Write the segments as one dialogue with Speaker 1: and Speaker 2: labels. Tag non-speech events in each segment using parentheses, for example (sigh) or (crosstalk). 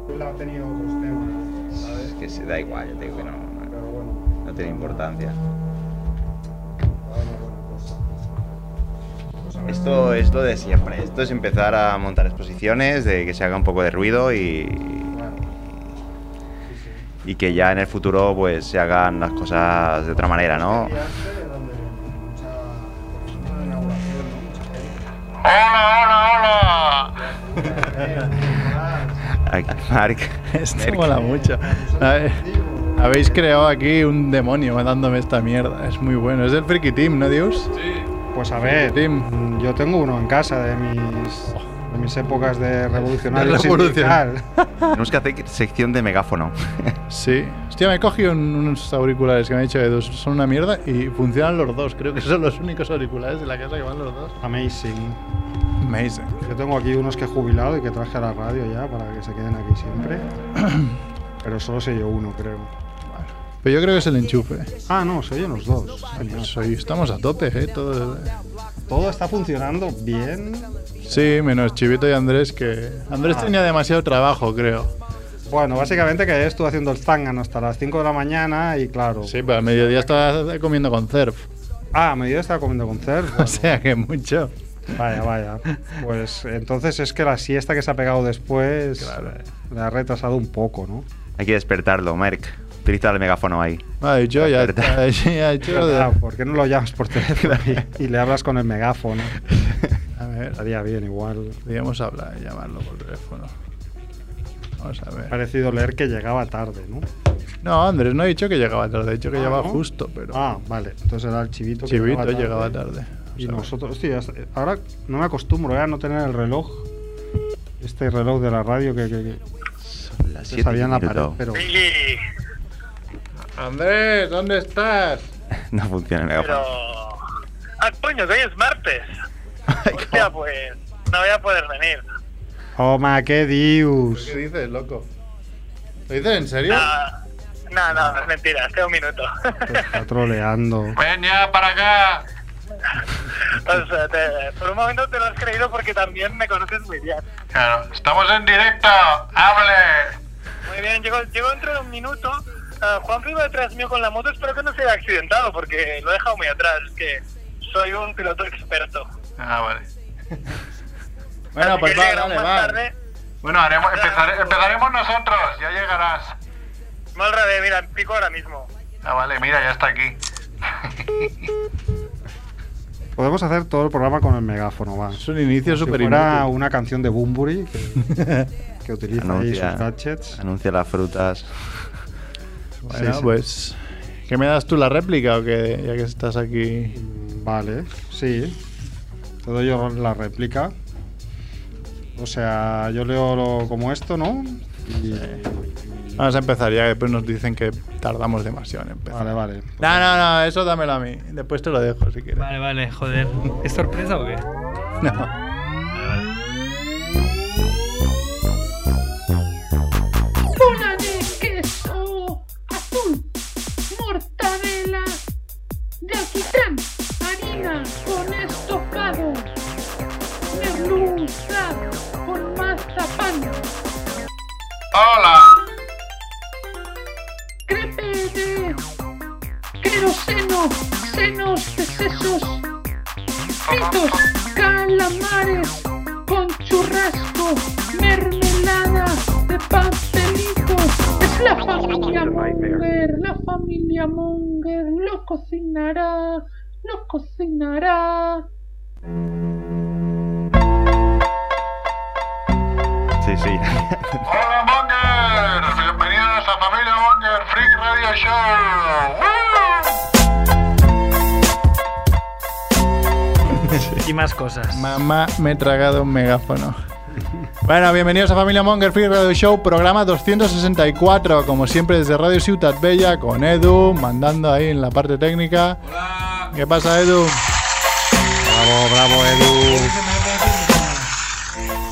Speaker 1: escuela ha tenido otros temas, ¿sabes?
Speaker 2: Es que se da igual, yo te digo que no, no,
Speaker 1: Pero bueno,
Speaker 2: no tiene importancia.
Speaker 1: bueno, bueno, pues. pues a ver.
Speaker 2: Esto es lo de siempre, esto es empezar a montar exposiciones, de que se haga un poco de ruido y,
Speaker 1: Bueno. Sí, sí.
Speaker 2: y que ya en el futuro pues se hagan las cosas de otra manera, ¿no?
Speaker 1: Estudiante, donde mucha- porque es una inauguración, ¿no? Mucha gente.
Speaker 3: ¡Hola, hola,
Speaker 2: (laughs) Aquí, Marc.
Speaker 4: (laughs) Esto mola mucho. A ver, Habéis creado aquí un demonio dándome esta mierda. Es muy bueno. Es del Freaky Team, ¿no, Dios?
Speaker 3: hola! Sí.
Speaker 1: Pues a ver,
Speaker 4: Tim.
Speaker 1: yo tengo uno en casa de mis, de mis épocas de revolucionario
Speaker 4: De revolución.
Speaker 1: sindical.
Speaker 2: Tenemos que hacer sección de megáfono. (laughs)
Speaker 4: Sí. Hostia, me he cogido un- unos auriculares que me han dicho que dos son una mierda y funcionan los dos. Creo que son los únicos auriculares de la casa que van los dos.
Speaker 1: Amazing.
Speaker 4: Amazing.
Speaker 1: Yo tengo aquí unos que he jubilado y que traje a la radio ya para que se queden aquí
Speaker 4: (clears throat)
Speaker 1: siempre. Pero solo se yo uno, creo.
Speaker 4: Pero pues yo creo que es el enchufe.
Speaker 1: Ah, no, se oyen los dos. Genial.
Speaker 4: Pues hoy estamos a tope, ¿eh? Todo...
Speaker 1: Todo está funcionando bien.
Speaker 4: Sí, menos Chivito y Andrés, que... Andrés
Speaker 1: Ah.
Speaker 4: tenía demasiado trabajo, creo.
Speaker 1: Bueno, básicamente que estuve haciendo el zángano hasta las 5 de la mañana y claro.
Speaker 4: Sí, pero al mediodía estaba comiendo con surf.
Speaker 1: Ah, a medida estaba comiendo con Cerf.
Speaker 4: (laughs) O sea que mucho.
Speaker 1: Vaya, vaya. Pues entonces es que la siesta que se ha pegado después le ha retrasado un poco, ¿no?
Speaker 2: Hay que despertarlo, Merck. Utiliza el megáfono ahí.
Speaker 4: Me ha dicho, ya
Speaker 2: Despertar.
Speaker 4: está. (laughs) ya ha hecho de-
Speaker 1: Ah, ¿Por qué no lo llamas por teléfono y, y le hablas con el megáfono?
Speaker 4: (laughs) A ver,
Speaker 1: Estaría bien, igual.
Speaker 4: podríamos hablar, llamarlo por teléfono. Vamos a
Speaker 1: Ha
Speaker 4: ver.
Speaker 1: parecido leer que llegaba tarde, ¿no?
Speaker 4: No, Andrés no he dicho que llegaba tarde, he dicho que
Speaker 1: Ah,
Speaker 4: llegaba
Speaker 1: ¿no?
Speaker 4: justo, pero...
Speaker 1: Ah, vale. Entonces era el chivito. que
Speaker 4: Chivito llegaba tarde.
Speaker 1: Y
Speaker 4: Vamos a ver.
Speaker 1: nosotros, hostia, hasta- ahora no me acostumbro ya a no tener el reloj. Este reloj de la radio que, que,
Speaker 2: Las
Speaker 1: que sabía en la pared, pero.
Speaker 3: Billy,
Speaker 4: Andrés, ¿dónde estás?
Speaker 2: (laughs) No funciona
Speaker 3: pero...
Speaker 2: el megáfono.
Speaker 3: Ah, coño, que hoy es martes. Hostia, pues no voy a poder venir.
Speaker 1: ¡Oma, qué
Speaker 4: ¿Qué
Speaker 1: dios!
Speaker 4: dices, loco? ¿Lo dices en serio?
Speaker 3: Nada, no, no, es mentira, estoy un
Speaker 4: (laughs)
Speaker 3: minuto. (laughs)
Speaker 1: Te está troleando.
Speaker 3: Ven ya para acá. O sea, Pues, eh, te- por un momento te lo has creído porque también me conoces muy bien.
Speaker 5: Claro, estamos en directo, hable.
Speaker 3: Muy bien, llego, llego dentro de un minuto. Ah, Juanfe iba detrás mío con la moto, espero que no se haya accidentado porque lo he dejado muy atrás. Es que soy un piloto experto.
Speaker 5: Ah, vale.
Speaker 4: Bueno,
Speaker 3: Así
Speaker 4: pues
Speaker 3: que
Speaker 4: va,
Speaker 3: llegarán
Speaker 4: dale,
Speaker 3: más
Speaker 4: va.
Speaker 3: tarde.
Speaker 5: Bueno, haremos, empezare- empezaremos nosotros, ya llegarás.
Speaker 3: Mal revés, mira, en pico ahora mismo.
Speaker 5: Ah, vale, mira, ya está aquí.
Speaker 1: Podemos hacer todo el programa con el megáfono, va.
Speaker 4: Es un inicio
Speaker 1: Si
Speaker 4: súper
Speaker 1: fuera una canción de Bumburi que,
Speaker 4: (laughs)
Speaker 1: que utiliza ahí
Speaker 2: Anuncia,
Speaker 1: sus gadgets.
Speaker 2: anuncia las frutas.
Speaker 4: Bueno,
Speaker 1: Sí, sí.
Speaker 4: pues... ¿Qué me das tú la réplica o qué? Ya que estás aquí...
Speaker 1: Mm, Vale, sí. Te doy yo la réplica. O sea, yo leo lo- como esto, ¿no? Y-
Speaker 4: Vamos a empezar ya, que después nos dicen que tardamos demasiado en empezar.
Speaker 1: Vale, vale.
Speaker 4: No, no, no, eso dámelo a mí. Después te lo dejo si quieres.
Speaker 6: Vale, vale, joder. ¿Es sorpresa o qué?
Speaker 4: (laughs) No.
Speaker 6: Vale, vale.
Speaker 7: bola de queso azul, mortadela de alquitrán, harina con estofado, merluza con mazapán,
Speaker 5: Hola,
Speaker 7: crepe de queroseno, senos de sesos, fritos, calamares con churrasco, mermelada de pastelitos. Es la familia Monger, la familia Monger lo cocinará, lo cocinará.
Speaker 2: Sí, sí.
Speaker 5: hola Monger, bienvenidos a Familia Monger Freak Radio Show.
Speaker 6: Y más cosas.
Speaker 4: Mamá, me he tragado un megáfono. Bueno, bienvenidos a Familia Monger Free Radio Show, programa 264, como siempre desde Radio Ciutat Bella, con Edu, mandando ahí en la parte técnica. ¿Qué pasa, Edu?
Speaker 1: Bravo, bravo, Edu.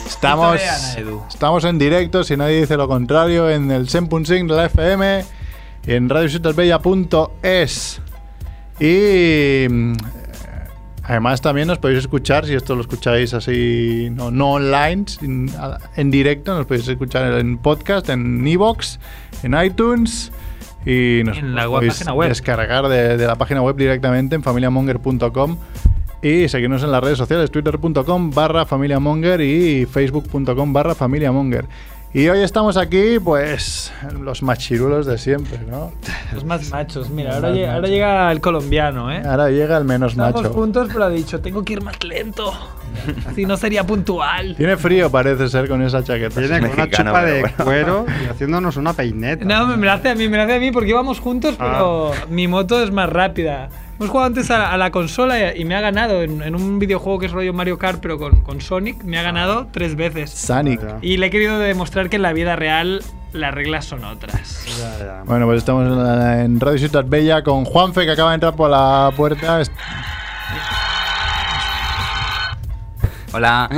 Speaker 4: Estamos,
Speaker 6: Victoriana, Edu.
Speaker 4: estamos en directo, si nadie dice lo contrario, en el 100.5 de la FM, en radiociutatbella.es. Y mm, eh, Además, también nos podéis escuchar, si esto lo escucháis así, no, no online, sin- a- en directo, nos podéis escuchar en podcast, en Evox, en iTunes y nos
Speaker 6: En la guapa
Speaker 4: podéis
Speaker 6: página web.
Speaker 4: descargar de, de la página web directamente en familiamonger.com y seguirnos en las redes sociales, twitter.com barra familiamonger y facebook.com barra familiamonger. Y hoy estamos aquí, pues, los machirulos de siempre, ¿no?
Speaker 8: Los más machos, mira,
Speaker 4: Los
Speaker 8: ahora,
Speaker 4: más
Speaker 8: llega, ahora
Speaker 4: machos. Ah,
Speaker 8: llega el colombiano, ¿eh?
Speaker 4: Ahora llega el menos
Speaker 8: Estamos
Speaker 4: macho.
Speaker 8: juntos, pero ha dicho, tengo que ir más (laughs) lento. Así no sería puntual.
Speaker 4: Tiene frío, parece ser, con esa chaqueta.
Speaker 1: Viene con una
Speaker 2: mexicano,
Speaker 1: chupa
Speaker 2: pero
Speaker 1: de
Speaker 2: bueno.
Speaker 1: cuero
Speaker 2: (laughs)
Speaker 1: y haciéndonos una peineta.
Speaker 8: No, me me la hace a mí, me la hace a mí porque íbamos juntos,
Speaker 4: Ah.
Speaker 8: pero mi moto es más rápida. Hemos jugado antes a, la- a la consola y, y me ha ganado en, en un videojuego que es rollo Mario Kart, pero con, con Sonic, me ha ganado tres veces.
Speaker 4: Sonic.
Speaker 1: Ya,
Speaker 8: Y le he querido demostrar que en la vida real las reglas son otras.
Speaker 1: ya, ya.
Speaker 4: Bueno, pues estamos en, la- en Radio Ciudad Bella con Juanfe que acaba de entrar por la puerta. Está
Speaker 9: Hola.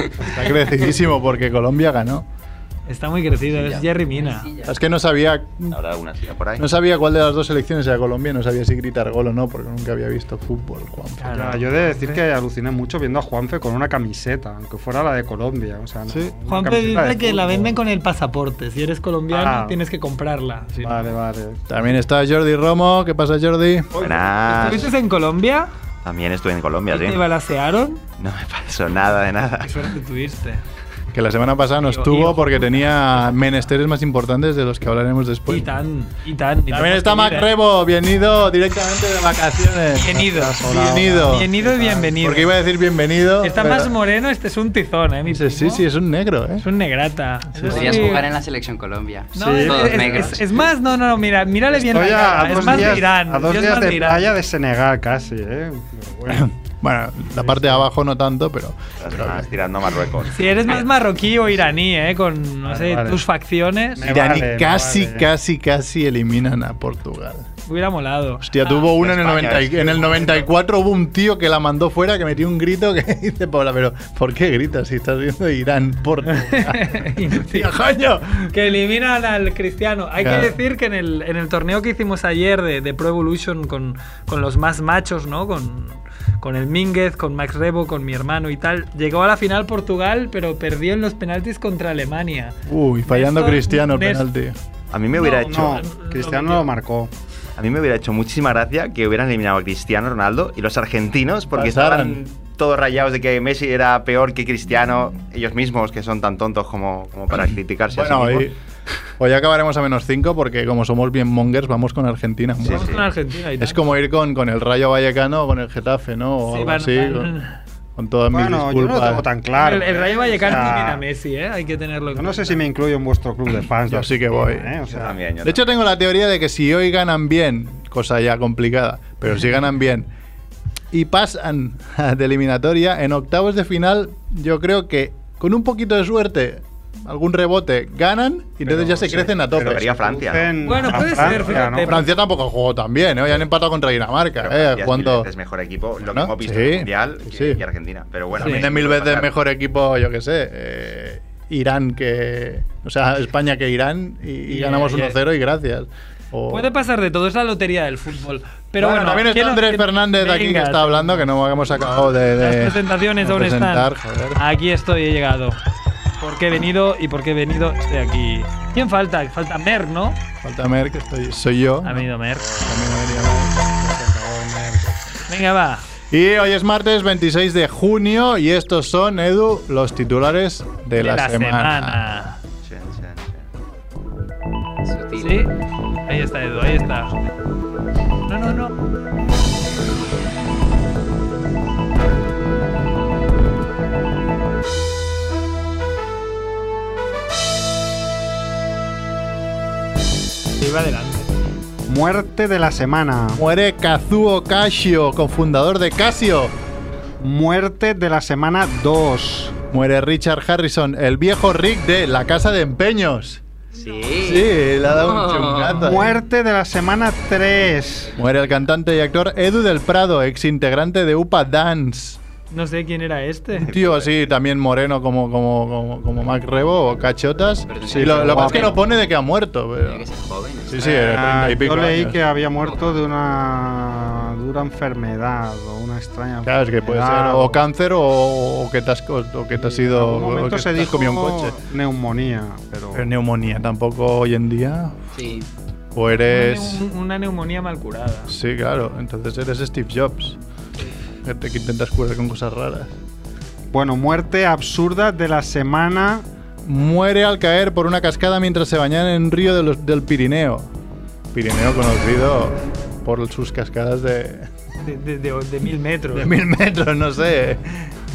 Speaker 4: crecidísimo porque Colombia ganó.
Speaker 8: Está muy crecido, es Jerry Mina.
Speaker 4: Es que no sabía,
Speaker 2: (laughs) Habrá alguna chica por ahí.
Speaker 4: no sabía cuál de las dos selecciones era Colombia, no sabía si gritar gol o no, porque nunca había visto fútbol, Juanfe.
Speaker 1: Ya, yo he de decir que aluciné mucho viendo a Juanfe con una camiseta, aunque fuera la de Colombia. O sea, no,
Speaker 4: Sí.
Speaker 1: una
Speaker 8: Juanpe
Speaker 1: camiseta
Speaker 8: dice
Speaker 1: de
Speaker 8: que la
Speaker 1: fútbol.
Speaker 8: venden con el pasaporte. Si eres colombiano,
Speaker 1: Ah.
Speaker 8: tienes que comprarla. Si no-
Speaker 1: Vale, vale.
Speaker 4: También está Jordi Romo. ¿Qué pasa, Jordi?
Speaker 2: Buenas.
Speaker 8: ¿Estuviste en Colombia?
Speaker 2: También estuve en Colombia,
Speaker 8: ¿Y
Speaker 2: sí.
Speaker 8: ¿Te balasearon?
Speaker 2: No me pasó nada de nada.
Speaker 1: (laughs)
Speaker 8: Qué suerte tuviste.
Speaker 4: Que la semana pasada no
Speaker 8: Tío,
Speaker 4: estuvo
Speaker 8: hijo.
Speaker 4: porque tenía menesteres más importantes de los que hablaremos
Speaker 1: Pues
Speaker 8: Y
Speaker 4: después.
Speaker 8: tan, y tan.
Speaker 4: También está Mac Rebo, bienvenido directamente de vacaciones.
Speaker 8: Bienvenido.
Speaker 4: Bienvenido.
Speaker 8: Bienvenido y bienvenido.
Speaker 4: Porque iba a decir bienvenido.
Speaker 8: Está
Speaker 4: pero-
Speaker 8: más moreno, este es un tizón, ¿eh? Mi
Speaker 4: Sí, sí,
Speaker 8: primo?
Speaker 4: sí, es un negro, ¿eh?
Speaker 8: Es un negrata.
Speaker 9: Podrías
Speaker 8: Sí.
Speaker 9: jugar en la selección Colombia.
Speaker 8: No,
Speaker 1: Sí.
Speaker 8: es,
Speaker 9: Todos
Speaker 8: es-
Speaker 9: negros.
Speaker 8: es- es más, no, no, mira, mírale bien
Speaker 1: Estoy
Speaker 8: la
Speaker 1: a,
Speaker 8: cara,
Speaker 1: a
Speaker 8: es
Speaker 1: dos
Speaker 8: más
Speaker 1: días,
Speaker 8: de Irán.
Speaker 1: a dos
Speaker 8: es
Speaker 1: días
Speaker 8: más
Speaker 1: de,
Speaker 8: de Irán.
Speaker 1: playa de Senegal casi, ¿eh? Pero bueno.
Speaker 4: (clears throat) Bueno, la parte de abajo no tanto, pero.
Speaker 2: Las demás tirando a Marruecos.
Speaker 8: Si eres más marroquí o iraní, ¿eh? Con, no
Speaker 1: Vale,
Speaker 8: sé,
Speaker 1: vale.
Speaker 8: tus facciones,
Speaker 1: Me-
Speaker 4: Irán y
Speaker 1: vale, me
Speaker 4: casi,
Speaker 1: vale.
Speaker 4: casi, casi eliminan a Portugal.
Speaker 8: hubiera molado.
Speaker 4: Hostia, tuvo una en el,
Speaker 2: España,
Speaker 4: 90 y-
Speaker 2: sí,
Speaker 4: en el 94, hubo un tío que la mandó fuera, que metió un grito que (laughs) dice, Paula, pero ¿por qué gritas si estás viendo Irán,
Speaker 8: (laughs)
Speaker 4: Portugal?
Speaker 8: Inútil.
Speaker 4: Tío, coño!
Speaker 8: Que eliminan al cristiano. Hay
Speaker 4: Claro.
Speaker 8: que decir que en el, en el torneo que hicimos ayer de, de Pro Evolution con, con los más machos, ¿no? Con, con el Mínguez, con Max Rebo, con mi hermano y tal. Llegó a la final Portugal, pero perdió en los penaltis contra Alemania.
Speaker 4: Uy, fallando
Speaker 8: Néstor-
Speaker 4: Cristiano el
Speaker 8: Néstor-
Speaker 4: penalti.
Speaker 2: A mí me hubiera
Speaker 8: No,
Speaker 2: hecho.
Speaker 1: No,
Speaker 8: no,
Speaker 1: Cristiano
Speaker 8: no,
Speaker 1: lo marcó.
Speaker 2: A mí me hubiera hecho muchísima gracia que hubieran eliminado a Cristiano Ronaldo y los argentinos porque
Speaker 4: Pasaran.
Speaker 2: estaban todos rayados de que Messi era peor que Cristiano, ellos mismos que son tan tontos como, como para criticarse a sí
Speaker 4: Bueno, hoy,
Speaker 2: mismos.
Speaker 4: hoy acabaremos a menos 5 porque como somos bien mongers, vamos con Argentina.
Speaker 2: Sí,
Speaker 8: Vamos
Speaker 2: sí.
Speaker 8: con Argentina y tal.
Speaker 4: Es como ir con, con el Rayo Vallecano o con el Getafe, ¿no? O
Speaker 8: Sí,
Speaker 4: algo
Speaker 8: van-
Speaker 4: así.
Speaker 8: van- (laughs)
Speaker 4: Con, con todas
Speaker 1: Bueno,
Speaker 4: mis
Speaker 1: yo no
Speaker 4: disculpas.
Speaker 1: lo tengo tan claro.
Speaker 8: el, el
Speaker 1: ¿eh?
Speaker 8: Rayo Vallecano
Speaker 1: O sea,
Speaker 8: elimina a Messi, ¿eh? Hay que tenerlo en
Speaker 1: Yo no sé
Speaker 8: cuenta.
Speaker 1: si me incluyo en vuestro club de fans. de
Speaker 4: Yo sí que
Speaker 1: Argentina,
Speaker 4: voy.
Speaker 1: ¿eh? O
Speaker 2: Yo
Speaker 1: sea,
Speaker 2: también, yo
Speaker 4: De hecho, tengo la teoría de que si hoy ganan bien, cosa ya complicada, pero si ganan bien y pasan (laughs) de eliminatoria, en octavos de final, yo creo que con un poquito de suerte, algún rebote, ganan y entonces
Speaker 1: pero,
Speaker 4: ya se
Speaker 1: o sea,
Speaker 4: crecen a
Speaker 2: pero
Speaker 4: tope.
Speaker 2: vería Francia, ¿no?
Speaker 1: Crucen
Speaker 8: Bueno,
Speaker 1: a
Speaker 8: puede ser,
Speaker 1: Francia,
Speaker 8: fíjate.
Speaker 1: ¿no?
Speaker 4: Francia tampoco jugó tan bien, ¿eh? Hoy han empatado contra Dinamarca.
Speaker 2: Pero
Speaker 4: ¿eh?
Speaker 2: Francia es mil
Speaker 4: ¿Cuánto?
Speaker 2: veces mejor equipo, lo
Speaker 4: Bueno,
Speaker 2: que hemos visto
Speaker 4: sí,
Speaker 2: en el Mundial
Speaker 4: sí,
Speaker 2: que,
Speaker 4: sí.
Speaker 2: que Argentina. Pero bueno,
Speaker 4: Tiene
Speaker 2: Messi
Speaker 4: mil
Speaker 2: puede
Speaker 4: veces
Speaker 2: pasar.
Speaker 4: mejor equipo, yo que sé. eh, Irán que. O sea, España que Irán y, y
Speaker 8: Y- eh,
Speaker 4: ganamos
Speaker 8: y-
Speaker 4: 1-0 y gracias. O-
Speaker 8: Puede pasar de todo, es la lotería del fútbol. Pero bueno,
Speaker 4: también está
Speaker 8: quiero-
Speaker 4: Andrés Fernández aquí que
Speaker 8: Venga,
Speaker 4: está hablando, que no hemos acabado de.
Speaker 8: Las
Speaker 4: de-
Speaker 8: presentaciones
Speaker 4: de
Speaker 8: aún están.
Speaker 4: Eh, presentar, joder.
Speaker 8: Aquí estoy, he llegado. Porque he venido y porque he venido estoy aquí. ¿Quién falta? Falta Mer, ¿no?
Speaker 4: Falta Mer, que estoy, soy yo.
Speaker 8: Ha venido Mer. Venga, va.
Speaker 4: Y hoy es martes 26 de junio y estos son, Edu, los titulares de, la, semana.
Speaker 2: Chen, chen, chen.
Speaker 9: Sutil.
Speaker 8: ¿Sí? Ahí está, Edu, ahí está. No, no, no. Se iba adelante.
Speaker 1: Muerte de la semana.
Speaker 4: Muere Kazuo Casio, cofundador de Casio.
Speaker 1: Muerte de la semana 2.
Speaker 4: Muere Richard Harrison, el viejo Rick de La Casa de Empeños.
Speaker 9: Sí. Oh.
Speaker 4: Sí, le ha dado un
Speaker 9: No.
Speaker 4: chungazo. ¿eh? ahí.
Speaker 1: Muerte de la semana 3.
Speaker 4: Muere el cantante y actor Edu del Prado, ex integrante de UPA Dance.
Speaker 8: No sé quién era este.
Speaker 4: Tío así, también moreno como, como, como, como Mac Rebo o cachotas.
Speaker 9: Pero
Speaker 4: Sí,
Speaker 9: tenía
Speaker 4: lo, lo que
Speaker 9: que ser
Speaker 4: pasa es que
Speaker 9: joven.
Speaker 4: no pone de que ha muerto. pero-
Speaker 9: Tiene que ser joven.
Speaker 4: Sí, sí, de
Speaker 1: Ah,
Speaker 4: treinta y pico.
Speaker 1: yo leí
Speaker 4: años.
Speaker 1: que había muerto de una dura enfermedad o una extraña
Speaker 4: Claro, es que puede ser
Speaker 1: enfermedad.
Speaker 4: o cáncer o, o que te has, co- o que te has
Speaker 1: En
Speaker 4: ido.
Speaker 1: algún momento
Speaker 4: o que
Speaker 1: se
Speaker 4: te has
Speaker 1: dijo
Speaker 4: comido un coche.
Speaker 1: neumonía, pero
Speaker 4: Pero neumonía tampoco hoy en día.
Speaker 9: Sí.
Speaker 4: O eres.
Speaker 8: Una, neu- una neumonía mal curada.
Speaker 4: Sí, claro. Entonces eres Steve Jobs. Gente que intentas curar con cosas raras.
Speaker 1: bueno, muerte absurda de la semana.
Speaker 4: Muere al caer por una cascada mientras se bañan en un río de los- del Pirineo. Pirineo conocido por sus cascadas de,
Speaker 8: De, de- de- de mil metros.
Speaker 4: de mil metros, no sé. ¿eh?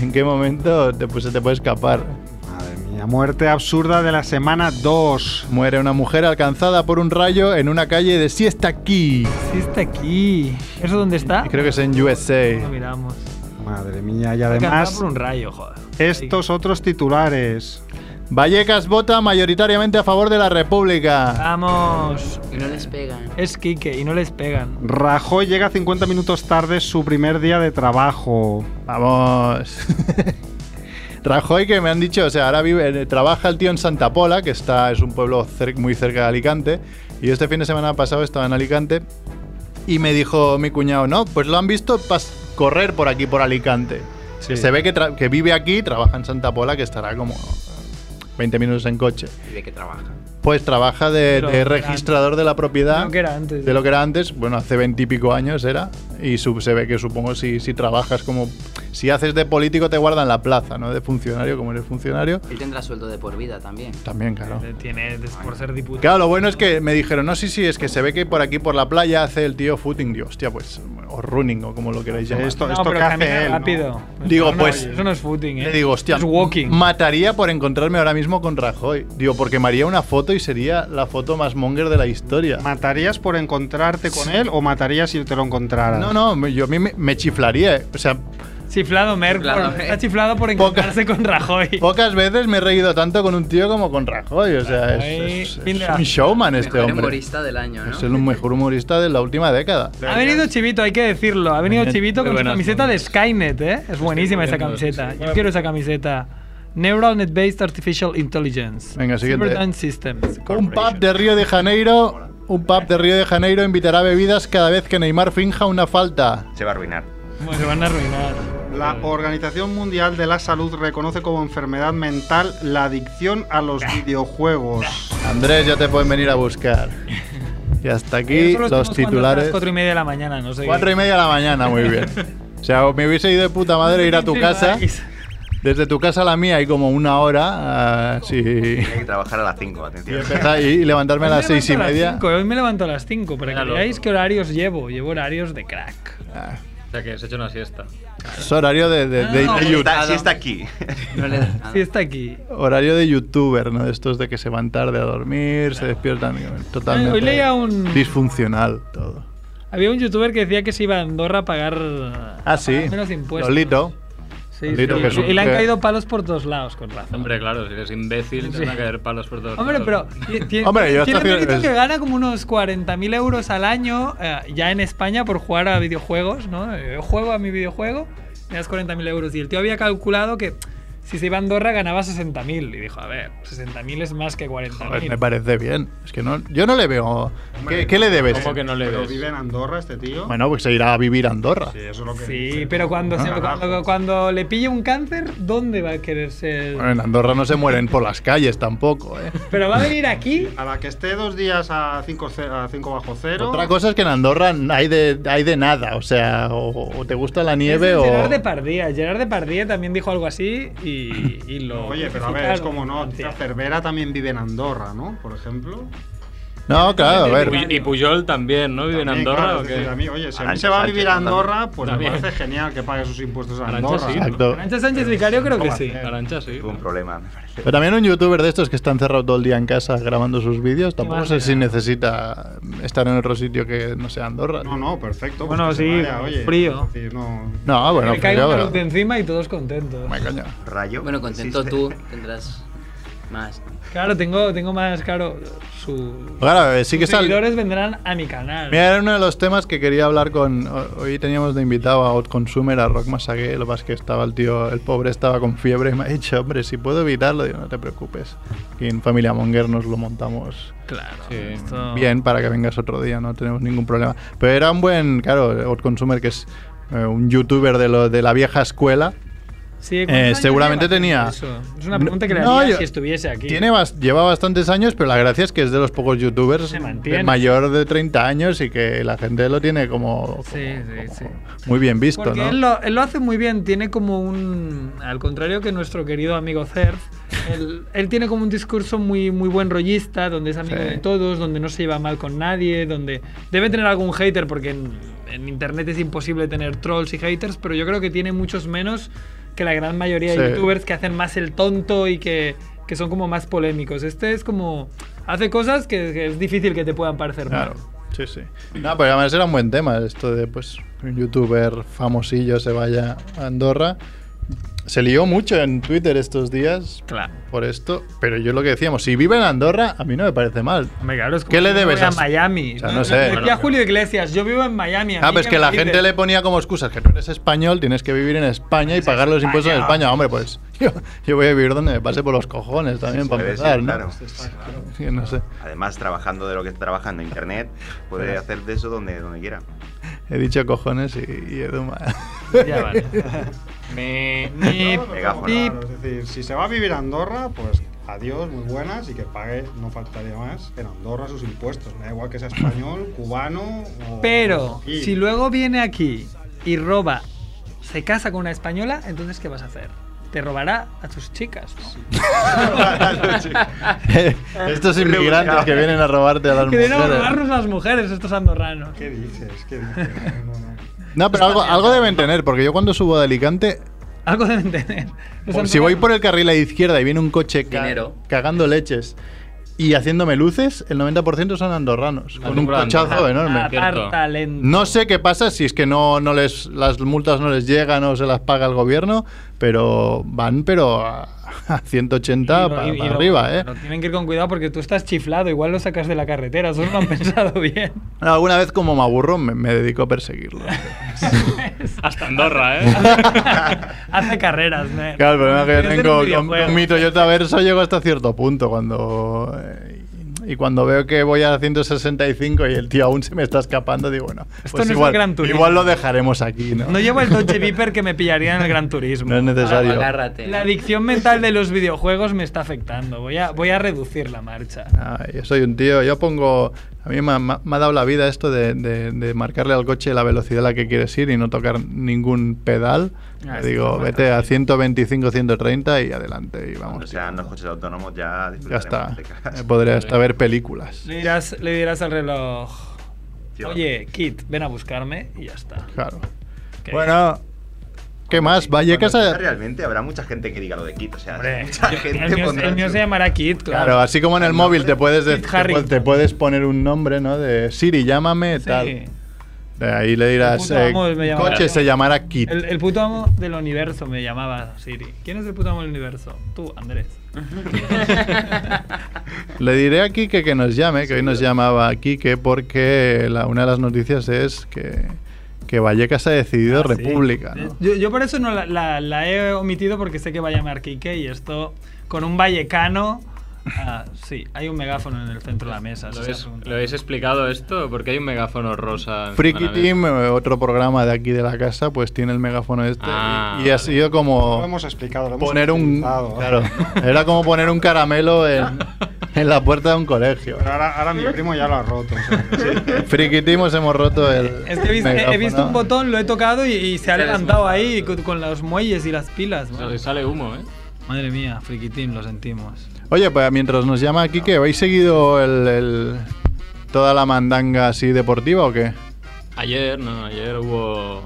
Speaker 4: ¿En qué momento te, pues, se te puede escapar?
Speaker 1: Madre mía, muerte absurda de la semana 2.
Speaker 4: Muere una mujer alcanzada por un rayo en una calle de Siesta Key.
Speaker 8: Sí, está aquí. ¿Eso dónde está?
Speaker 4: Y creo que es en
Speaker 8: Lo
Speaker 4: USA.
Speaker 8: miramos.
Speaker 1: Madre mía, y
Speaker 8: Alcanzado
Speaker 1: además
Speaker 8: por un rayo, joder.
Speaker 1: estos otros titulares.
Speaker 4: Vallecas vota mayoritariamente a favor de la República.
Speaker 8: Vamos.
Speaker 9: Y no les pegan.
Speaker 8: Es Quique y no les pegan.
Speaker 1: Rajoy llega 50 minutos tarde su primer día de trabajo.
Speaker 4: Vamos. (laughs) Rajoy, que me han dicho, o sea, ahora vive, eh, trabaja el tío en Santa Pola, que está, es un pueblo cer- muy cerca de Alicante, y este fin de semana pasado estaba en Alicante y me dijo mi cuñado, no, pues lo han visto pas- correr por aquí, por Alicante.
Speaker 1: Sí.
Speaker 4: Que Se ve que, tra- que vive aquí, trabaja en Santa Pola, que estará como 20 minutos en coche.
Speaker 9: ¿Y de qué trabaja?
Speaker 4: Pues trabaja de,
Speaker 8: Pero
Speaker 4: de
Speaker 8: era-
Speaker 4: registrador de la propiedad.
Speaker 8: No, que era antes.
Speaker 4: ¿Ah? de lo que era antes, bueno, hace veintipico años era, y su- se ve que supongo si, si trabajas como, si haces de político te guardan la plaza, ¿no? De funcionario, como eres funcionario,
Speaker 9: Él tendrá sueldo de por vida también.
Speaker 4: también, claro.
Speaker 8: Tiene, es por ser diputado.
Speaker 4: Claro, lo bueno es que me dijeron, no, sí, sí, es que se ve que por aquí, por la playa, hace el tío footing, digo, hostia, pues, o running, o como lo queráis llamar.
Speaker 1: Esto,
Speaker 8: No,
Speaker 1: esto
Speaker 8: pero
Speaker 1: que hace
Speaker 8: camina
Speaker 1: él. ¿no?
Speaker 8: rápido.
Speaker 4: Digo,
Speaker 8: No, no,
Speaker 4: pues,
Speaker 8: Eso no es footing, ¿eh?
Speaker 4: Le digo, hostia,
Speaker 8: Es walking.
Speaker 4: mataría por encontrarme ahora mismo con Rajoy. Digo, porque me haría una foto y sería la foto más monger de la historia.
Speaker 1: ¿Matarías por encontrarte con él o matarías si te lo encontraras?
Speaker 4: No, no, me- yo a mí me, me chiflaría. eh. O sea,
Speaker 8: Chiflado Merck.
Speaker 9: Chiflado
Speaker 8: por-
Speaker 9: Merck.
Speaker 8: Está chiflado por encontrarse
Speaker 4: (laughs)
Speaker 8: con Rajoy.
Speaker 4: Pocas veces me he reído tanto con un tío como con Rajoy. O sea, es, es-
Speaker 8: Rajoy, fin de
Speaker 4: es un
Speaker 8: la-
Speaker 4: showman este
Speaker 9: Mejor
Speaker 4: hombre.
Speaker 9: humorista del año, ¿no?
Speaker 6: Este-
Speaker 4: Es el mejor humorista de la última década.
Speaker 8: Ha venido Chivito, hay que decirlo. Ha venido
Speaker 4: Muy
Speaker 8: Chivito con su
Speaker 4: buenas,
Speaker 8: camiseta de Skynet, ¿eh? Es buenísima esa
Speaker 4: muriendo,
Speaker 8: camiseta. Yo quiero esa camiseta. Neural Net Based Artificial Intelligence.
Speaker 4: Venga, siguiente.
Speaker 8: Cyberdyne Systems.
Speaker 4: Un pub de Río de Janeiro. Un pub de Río de Janeiro invitará bebidas cada vez que Neymar finja una falta.
Speaker 2: Se va a arruinar.
Speaker 8: Bueno, se van a arruinar.
Speaker 1: La Organización Mundial de la Salud reconoce como enfermedad mental la adicción a
Speaker 8: (laughs)
Speaker 1: los videojuegos.
Speaker 4: Andrés, ya te pueden venir a buscar. Y hasta aquí los
Speaker 8: Nosotros Eh, estamos jugando hasta
Speaker 4: titulares.
Speaker 8: Las cuatro y media de la mañana, no sé.
Speaker 4: Cuatro y media de la mañana, muy bien. O sea, me hubiese ido de puta madre ir a tu casa. (laughs) Desde tu casa a la mía hay como una hora. ah,
Speaker 8: (laughs)
Speaker 4: sí.
Speaker 2: Tiene que trabajar a las 5,
Speaker 4: Y,
Speaker 2: atención.
Speaker 4: empezar- y levantarme a las seis y media.
Speaker 8: Hoy me levanto a las 5, para
Speaker 6: Era
Speaker 8: que
Speaker 6: loco.
Speaker 8: veáis qué horarios llevo. Llevo horarios de crack.
Speaker 4: Ah,
Speaker 6: O sea que has hecho una siesta.
Speaker 4: Es horario de, de- de-
Speaker 8: No,
Speaker 2: (laughs)
Speaker 4: de
Speaker 2: Si
Speaker 4: yu-
Speaker 2: está, si está aquí.
Speaker 9: No le das nada.
Speaker 8: Sí, está aquí.
Speaker 4: horario de youtuber, ¿no? De estos de que se van tarde a dormir, se despiertan eh, totalmente
Speaker 8: Hoy leía un-
Speaker 4: disfuncional todo.
Speaker 8: Había un youtuber que decía que se iba a Andorra a pagar. a
Speaker 4: Ah, sí.
Speaker 8: pagar Menos impuestos.
Speaker 4: Lolito.
Speaker 8: Sí,
Speaker 4: Lolito,
Speaker 8: sí.
Speaker 4: que es un-
Speaker 8: Y le han
Speaker 4: que-
Speaker 8: caído palos por todos lados, con razón.
Speaker 6: Hombre, claro, si eres imbécil te van a caer palos por todos
Speaker 8: Hombre, pero
Speaker 6: lados.
Speaker 8: ti- ti-
Speaker 4: (laughs) Hombre, yo
Speaker 8: tiene
Speaker 4: hasta
Speaker 8: mérito
Speaker 4: hace-
Speaker 8: que gana como unos 40.000 euros al año eh, ya en España por jugar a videojuegos, ¿no? Eh, Yo juego a mi videojuego, me das 40.000 euros. Y el tío había calculado que si se iba a Andorra ganaba 60.000. Y dijo, a ver, 60.000 es más que
Speaker 4: Joder, Pues me
Speaker 8: 40.000.
Speaker 4: parece bien. Es que no, yo no le veo. ¿Qué, qué le debes?
Speaker 6: ¿Cómo que no le
Speaker 1: ¿Pero
Speaker 6: ves?
Speaker 1: vive en Andorra este tío?
Speaker 4: Bueno, pues se irá a vivir a Andorra.
Speaker 1: sí, eso es lo que
Speaker 8: Sí,
Speaker 1: dice.
Speaker 8: pero cuando, se-
Speaker 1: Ah,
Speaker 8: cuando, cuando le pille un cáncer, ¿dónde va a querer ser?
Speaker 4: Bueno, en Andorra no se mueren por las calles tampoco, ¿eh?
Speaker 8: Pero va a venir aquí.
Speaker 1: A la que esté dos días a 5 a cinco bajo cero.
Speaker 4: Otra cosa es que en Andorra hay de, hay de nada, o sea, o, o te gusta la (laughs) nieve
Speaker 8: Es
Speaker 4: o...
Speaker 8: el Gerard Depardieu. Gerard Depardieu también dijo algo así y, y lo.
Speaker 1: Oye, pero a ver, es como no.
Speaker 8: Francia.
Speaker 1: Tita Cervera también vive en Andorra, ¿no? Por ejemplo.
Speaker 4: No, claro, a ver.
Speaker 6: Puy- y Puyol también, ¿no? ¿Vive en
Speaker 1: También,
Speaker 6: Andorra
Speaker 1: claro,
Speaker 6: o
Speaker 1: es
Speaker 6: qué?
Speaker 1: decir, a mí, oye, si a mí
Speaker 2: Arantxa
Speaker 1: se va a
Speaker 2: Sánchez,
Speaker 1: vivir a
Speaker 2: ¿no?
Speaker 1: Andorra, pues
Speaker 6: También.
Speaker 1: me parece genial que pague sus impuestos a
Speaker 6: Arantxa
Speaker 1: Andorra.
Speaker 6: sí, ¿no?
Speaker 4: Exacto.
Speaker 8: Sánchez Sánchez Vicario creo que sí.
Speaker 6: Arancha, sí.
Speaker 2: (laughs) Tuvo un problema, me parece.
Speaker 4: Pero también un youtuber de estos que está encerrado todo el día en casa grabando sus vídeos, tampoco sé
Speaker 8: barbaridad.
Speaker 4: si necesita estar en otro sitio que no sea Andorra.
Speaker 1: No, no, perfecto. pues
Speaker 8: Bueno,
Speaker 1: que se
Speaker 8: sí,
Speaker 1: vaya, oye,
Speaker 8: frío.
Speaker 1: es decir, no-
Speaker 4: No, bueno,
Speaker 8: Me caigo
Speaker 4: frío,
Speaker 8: una
Speaker 4: pero-
Speaker 8: luz de encima y todos contentos.
Speaker 4: Me coño.
Speaker 2: Rayo. (laughs)
Speaker 9: Bueno, contento
Speaker 2: existe.
Speaker 9: tú. Tendrás Más.
Speaker 8: Claro, tengo, tengo más, claro, su,
Speaker 4: Claro, eh, sí que
Speaker 8: sus
Speaker 4: está.
Speaker 8: seguidores vendrán a mi canal.
Speaker 4: Mira, era uno de los temas que quería hablar con. ho- Hoy teníamos de invitado a Odd Consumer, a Rock Masague. Lo que pasa es que estaba el tío, el pobre estaba con fiebre y me ha dicho, hombre, si puedo evitarlo, digo, no te preocupes. Aquí en Familia Monger nos lo montamos
Speaker 8: Claro.
Speaker 6: Sí.
Speaker 8: esto-
Speaker 4: bien para que vengas otro día, no tenemos ningún problema. Pero era un buen, claro, Odd Consumer, que es eh, un youtuber de, lo, de la vieja escuela.
Speaker 8: Sí, ¿cuántos
Speaker 4: Eh,
Speaker 8: años
Speaker 4: seguramente
Speaker 8: lleva haciendo
Speaker 4: tenía-
Speaker 8: eso? Es una
Speaker 4: No-
Speaker 8: pregunta que le
Speaker 4: no,
Speaker 8: haría
Speaker 4: yo-
Speaker 8: si estuviese aquí.
Speaker 4: Tiene bas- lleva bastantes años, pero la gracia es que es de los pocos youtubers
Speaker 8: Se mantiene.
Speaker 4: de mayor de 30 años y que la gente lo tiene como,
Speaker 8: Sí, sí,
Speaker 4: como-
Speaker 8: sí.
Speaker 4: muy bien visto,
Speaker 8: Porque
Speaker 4: ¿no?
Speaker 8: él, lo, él lo hace muy bien, tiene como un... Al contrario que nuestro querido
Speaker 4: (laughs)
Speaker 8: amigo Cerf, él, él tiene como un discurso muy, muy buen rollista, donde es amigo
Speaker 4: Sí.
Speaker 8: de todos, donde no se lleva mal con nadie, donde debe tener algún hater, porque en, en Internet es imposible tener trolls y haters, pero yo creo que tiene muchos menos que la gran mayoría de
Speaker 4: Sí.
Speaker 8: youtubers que hacen más el tonto y que, que son como más polémicos. Este es como... Hace cosas que, que es difícil que te puedan parecer
Speaker 4: Claro,
Speaker 8: mal.
Speaker 4: sí, sí. No, pero además era un buen tema esto de, pues, un youtuber famosillo se vaya a Andorra. Se lió mucho en Twitter estos días
Speaker 8: Claro.
Speaker 4: por esto, pero yo lo que decíamos, si vive en Andorra, a mí no me parece mal.
Speaker 8: Hombre, claro, es como
Speaker 4: ¿Qué le
Speaker 8: si yo me
Speaker 4: debes
Speaker 8: voy a
Speaker 4: a-
Speaker 8: Miami?
Speaker 4: O sea, no sé.
Speaker 8: Decía Julio Iglesias, yo vivo en Miami. a
Speaker 4: Ah,
Speaker 8: mí
Speaker 4: pues que
Speaker 8: me
Speaker 4: la
Speaker 8: dices.
Speaker 4: gente le ponía como excusas que tú eres español, tienes que vivir en España y pagar los impuestos en España. Hombre, pues (laughs) yo, yo voy a vivir donde me pase por los cojones también para
Speaker 2: Puede ser,
Speaker 4: empezar, ¿no?
Speaker 2: claro.
Speaker 4: (laughs) Sí, no sé.
Speaker 2: Además, trabajando de lo que está trabajando internet, puede hacer de eso donde, donde quiera.
Speaker 4: He dicho cojones y, y he duma-
Speaker 8: Ya vale. Ni-
Speaker 2: Megáfono.
Speaker 8: ni-
Speaker 1: Claro, es decir, si se va a vivir a Andorra, pues adiós, muy buenas, y que pague, no faltaría más, en Andorra sus impuestos. Me da igual que sea español, cubano o.
Speaker 8: Pero
Speaker 1: marroquí.
Speaker 8: si luego viene aquí y roba, se casa con una española, entonces ¿qué vas a hacer? Te robará a tus chicas. ¿no?
Speaker 4: (laughs) Estos inmigrantes que vienen a robarte a
Speaker 2: (laughs)
Speaker 4: las
Speaker 8: Que vienen a
Speaker 4: mujeres.
Speaker 8: robarnos las mujeres, estos andorranos.
Speaker 1: ¿Qué dices? ¿Qué
Speaker 10: (laughs)
Speaker 1: dices? No, no, no.
Speaker 4: No, pero algo, algo deben tener, porque yo cuando subo de Alicante,
Speaker 8: Algo deben tener. Los
Speaker 4: por- si voy por el carril a la izquierda y viene un coche ca-
Speaker 9: Dinero.
Speaker 4: cagando leches y haciéndome luces, el 90% son andorranos, con un
Speaker 6: Andorra,
Speaker 4: cochazo
Speaker 6: Andorra.
Speaker 4: enorme.
Speaker 8: andorranos-
Speaker 6: Cierto.
Speaker 8: Atar talento.
Speaker 4: No sé qué pasa si es que no, no les las multas no les llegan o se las paga el gobierno, pero van pero a, a 180
Speaker 8: Y no-
Speaker 4: para
Speaker 8: y- y no-
Speaker 4: arriba, ¿eh?
Speaker 8: no tienen que ir con cuidado porque tú estás chiflado, igual lo sacas de la carretera, eso no lo han (laughs) pensado bien.
Speaker 4: No, alguna vez como me aburro me, me dedico a perseguirlo.
Speaker 6: (laughs) Hasta Andorra, ¿eh?
Speaker 8: (laughs) Hace carreras, ¿no?
Speaker 4: Claro, el problema
Speaker 8: Tienes
Speaker 4: que
Speaker 8: en
Speaker 4: tengo
Speaker 8: un
Speaker 4: con,
Speaker 8: videojuego.
Speaker 4: con mi Toyota Verso llego hasta cierto punto cuando eh, y cuando veo que voy a 165 y el tío aún se me está escapando digo bueno
Speaker 8: Esto
Speaker 4: pues
Speaker 8: no es un
Speaker 4: igual,
Speaker 8: Gran Turismo.
Speaker 4: igual lo dejaremos aquí no,
Speaker 8: No llevo el Dodge Viper que me pillaría en el Gran Turismo.
Speaker 4: No es necesario
Speaker 9: Agárrate.
Speaker 8: La (laughs) adicción mental de los videojuegos me está afectando. Voy a, voy a reducir la marcha.
Speaker 4: Ah, yo soy un tío, yo pongo... A mí me ha, me ha dado la vida esto de, de- de marcarle al coche la velocidad a la que quieres ir y no tocar ningún pedal.
Speaker 8: Ah,
Speaker 4: Le
Speaker 8: esto
Speaker 4: digo,
Speaker 8: es
Speaker 4: vete a 125, 130 y adelante y
Speaker 2: Cuando
Speaker 4: vamos.
Speaker 2: sean los coches autónomos, ya
Speaker 4: Ya
Speaker 2: disfrutaremos
Speaker 4: está.
Speaker 2: de casa.
Speaker 4: Eh, Podré hasta ver películas.
Speaker 8: Le dirás, le dirás al reloj.
Speaker 2: Yo-
Speaker 8: Oye, Kit, ven a buscarme y ya está.
Speaker 4: Claro.
Speaker 8: Que-
Speaker 4: Bueno, ¿qué más?
Speaker 2: Cuando
Speaker 4: Vallecas...
Speaker 2: sea,
Speaker 4: a-
Speaker 2: Realmente habrá mucha gente que diga lo de Kit. O sea,
Speaker 8: Hombre,
Speaker 2: mucha
Speaker 8: el,
Speaker 2: gente
Speaker 8: mío,
Speaker 2: pondrá
Speaker 8: el mío
Speaker 2: su-
Speaker 8: se llamará Kit, claro.
Speaker 4: Claro, así como en el móvil te puedes, de-
Speaker 8: Kit
Speaker 4: te pu-
Speaker 8: Harington.
Speaker 4: te puedes poner un nombre, ¿no? De Siri, llámame,
Speaker 8: Sí.
Speaker 4: tal. De ahí le dirás,
Speaker 8: El puto
Speaker 4: eh,
Speaker 8: amo me llamará.
Speaker 4: coche se llamará Kit.
Speaker 8: El, el puto amo del universo me llamaba Siri. ¿Quién es el puto amo del universo? Tú, (laughs) Andrés.
Speaker 4: Le diré a Quique que nos llame, que hoy nos llamaba Quique, porque la- una de las noticias es que, que Vallecas ha decidido
Speaker 8: Ah, sí.
Speaker 4: República. ¿no?
Speaker 8: Yo, yo por eso no la, la- la he omitido porque sé que va a llamar Quique y esto con un vallecano. ah, sí, hay un megáfono en el centro de la mesa.
Speaker 6: ¿Lo
Speaker 8: si se
Speaker 6: habéis,
Speaker 8: ha preguntado.
Speaker 6: ¿Lo habéis explicado esto? Porque hay un megáfono rosa. encima de
Speaker 4: Freaky
Speaker 6: la mesa.
Speaker 4: Team, eh, otro programa de aquí de la casa, pues tiene el megáfono este
Speaker 6: Ah,
Speaker 4: y, y ha
Speaker 6: vale.
Speaker 4: sido
Speaker 1: Lo
Speaker 4: como
Speaker 1: hemos explicado, lo hemos
Speaker 4: poner un...
Speaker 1: utilizado.
Speaker 4: Claro, (laughs) era como poner un caramelo en, en la puerta de un colegio.
Speaker 1: Pero ahora, ahora mi primo ya lo ha roto. o
Speaker 4: (laughs)
Speaker 1: sea,
Speaker 4: Friki Team, os hemos roto el
Speaker 8: Es que he visto, he- he visto un
Speaker 4: megáfono.
Speaker 8: botón, lo he tocado y, y se ha
Speaker 6: Se ha desmontado
Speaker 8: levantado ahí
Speaker 6: todo.
Speaker 8: con, con los muelles y las pilas.
Speaker 6: O sea,
Speaker 8: ¿no?
Speaker 6: le sale humo, ¿eh?
Speaker 8: Madre mía, friquitín, lo sentimos.
Speaker 4: Oye, pues mientras nos llama Quique, ¿habéis seguido el- el- toda la mandanga así deportiva o qué?
Speaker 6: Ayer, no, ayer hubo,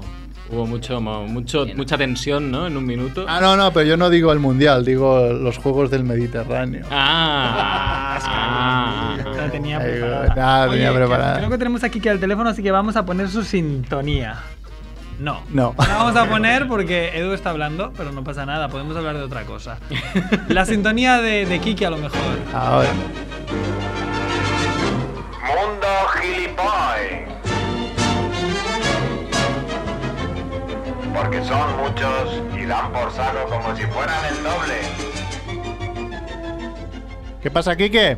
Speaker 6: hubo mucho, mo- mucho,
Speaker 9: Bien.
Speaker 6: mucha tensión, ¿no? En un minuto.
Speaker 4: Ah, no, no, pero yo no digo el mundial, digo los juegos del Mediterráneo.
Speaker 6: Ah, ah,
Speaker 8: La tenía
Speaker 4: Ay,
Speaker 8: preparada.
Speaker 4: nada, tenía
Speaker 8: que-
Speaker 4: preparada.
Speaker 8: Creo que tenemos aquí que al teléfono, así que vamos a poner su sintonía. No.
Speaker 4: No.
Speaker 8: La vamos a poner porque Edu está hablando, pero no pasa nada, podemos hablar de otra cosa. La sintonía de, de Kiki a lo mejor.
Speaker 4: Ahora.
Speaker 6: Mundo gilipollas. Porque son muchos y dan por sano como si fueran el doble.
Speaker 4: ¿Qué pasa, Quique?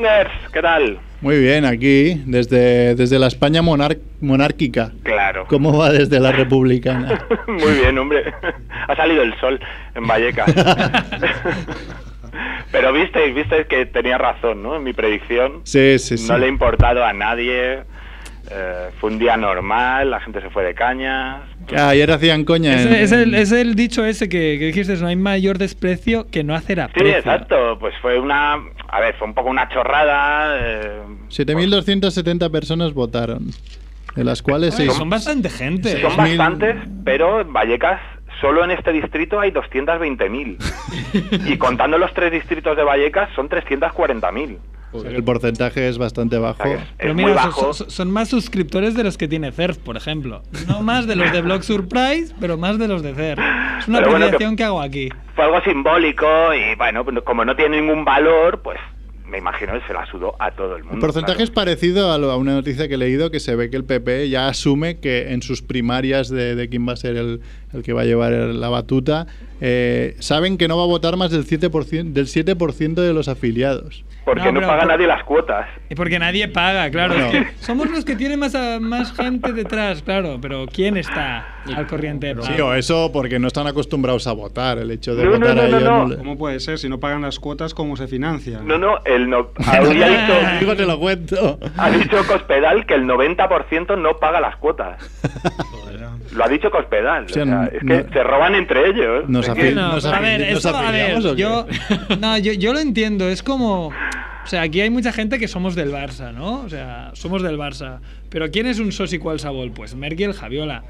Speaker 11: Nerds, ¿qué tal?
Speaker 4: Muy bien, aquí, desde, desde la España monar- monárquica.
Speaker 11: Claro.
Speaker 4: ¿Cómo va desde la republicana?
Speaker 11: Muy bien, hombre. Ha salido el sol en Vallecas. Pero visteis, visteis que tenía razón, ¿no? En mi predicción.
Speaker 4: Sí, sí, sí.
Speaker 11: No le ha importado a nadie. eh, fue un día normal, la gente se fue de cañas.
Speaker 4: Que Ayer hacían coña.
Speaker 8: Es,
Speaker 4: en-
Speaker 8: es el, es el dicho ese que, que dijiste, no hay mayor desprecio que no hacer
Speaker 11: Sí,
Speaker 8: aprecio.
Speaker 11: exacto. Pues fue una. A ver, fue un poco una chorrada. eh,
Speaker 4: 7.270 personas votaron, de las cuales
Speaker 8: Oye,
Speaker 4: seis-
Speaker 8: son bastante gente.
Speaker 11: Son
Speaker 4: 6.000.
Speaker 11: bastantes, pero en Vallecas, solo en este distrito hay 220.000. y contando los tres distritos de Vallecas, son 340.000.
Speaker 4: o sea que el porcentaje es bastante
Speaker 11: O
Speaker 4: bajo.
Speaker 11: sea, que es,
Speaker 8: Pero
Speaker 11: es muy
Speaker 8: mira, son-
Speaker 11: bajo.
Speaker 8: son, son más suscriptores de los que tiene CERF, por ejemplo. No más de los de Blog Surprise, pero más de los de CERF. Es una
Speaker 11: Pero bueno,
Speaker 8: apreciación
Speaker 11: que-
Speaker 8: que hago aquí.
Speaker 11: Fue algo simbólico y, bueno, pues, como no tiene ningún valor, pues me imagino que se la sudó a todo el mundo.
Speaker 4: El porcentaje
Speaker 11: claro.
Speaker 4: es parecido a, lo- a una noticia que he leído que se ve que el PP ya asume que en sus primarias de, de quién va a ser el, el que va a llevar el- la batuta, eh, saben que no va a votar más del 7%, del 7 de los afiliados.
Speaker 11: Porque
Speaker 8: No,
Speaker 11: no,
Speaker 8: pero-
Speaker 11: paga
Speaker 8: por-
Speaker 11: nadie las cuotas.
Speaker 8: Y porque nadie paga, claro.
Speaker 4: No.
Speaker 8: es que somos los que tienen más, a- más gente detrás, claro. Pero ¿quién está al corriente Ah. de pago?
Speaker 4: Sí, o eso porque no están acostumbrados a votar, el hecho de
Speaker 11: No, no,
Speaker 4: votar
Speaker 11: no,
Speaker 4: a
Speaker 11: no,
Speaker 4: ellos.
Speaker 11: no.
Speaker 4: le-
Speaker 1: ¿Cómo puede ser? Si no pagan las cuotas, ¿cómo se financia?
Speaker 11: No, no, el no, había dicho,
Speaker 4: (laughs) Digo, te lo cuento.
Speaker 11: ha dicho Cospedal que el 90% no paga las
Speaker 8: (laughs)
Speaker 11: cuotas. Lo ha dicho Cospedal. o
Speaker 4: sea,
Speaker 11: sea, es
Speaker 4: no-
Speaker 11: que se roban entre ellos.
Speaker 4: Nos
Speaker 11: Es que-
Speaker 4: afil-
Speaker 8: No,
Speaker 4: ¿Nos
Speaker 8: pero a ver,
Speaker 4: afili- nos
Speaker 8: esto, a ver,
Speaker 4: afiliamos o qué?
Speaker 8: yo, no, yo, yo lo entiendo, es como... O sea, aquí hay mucha gente que somos del Barça, ¿no? O sea, somos del Barça. Pero ¿quién es un sos igual Sabol? Pues Merkel, Javiola.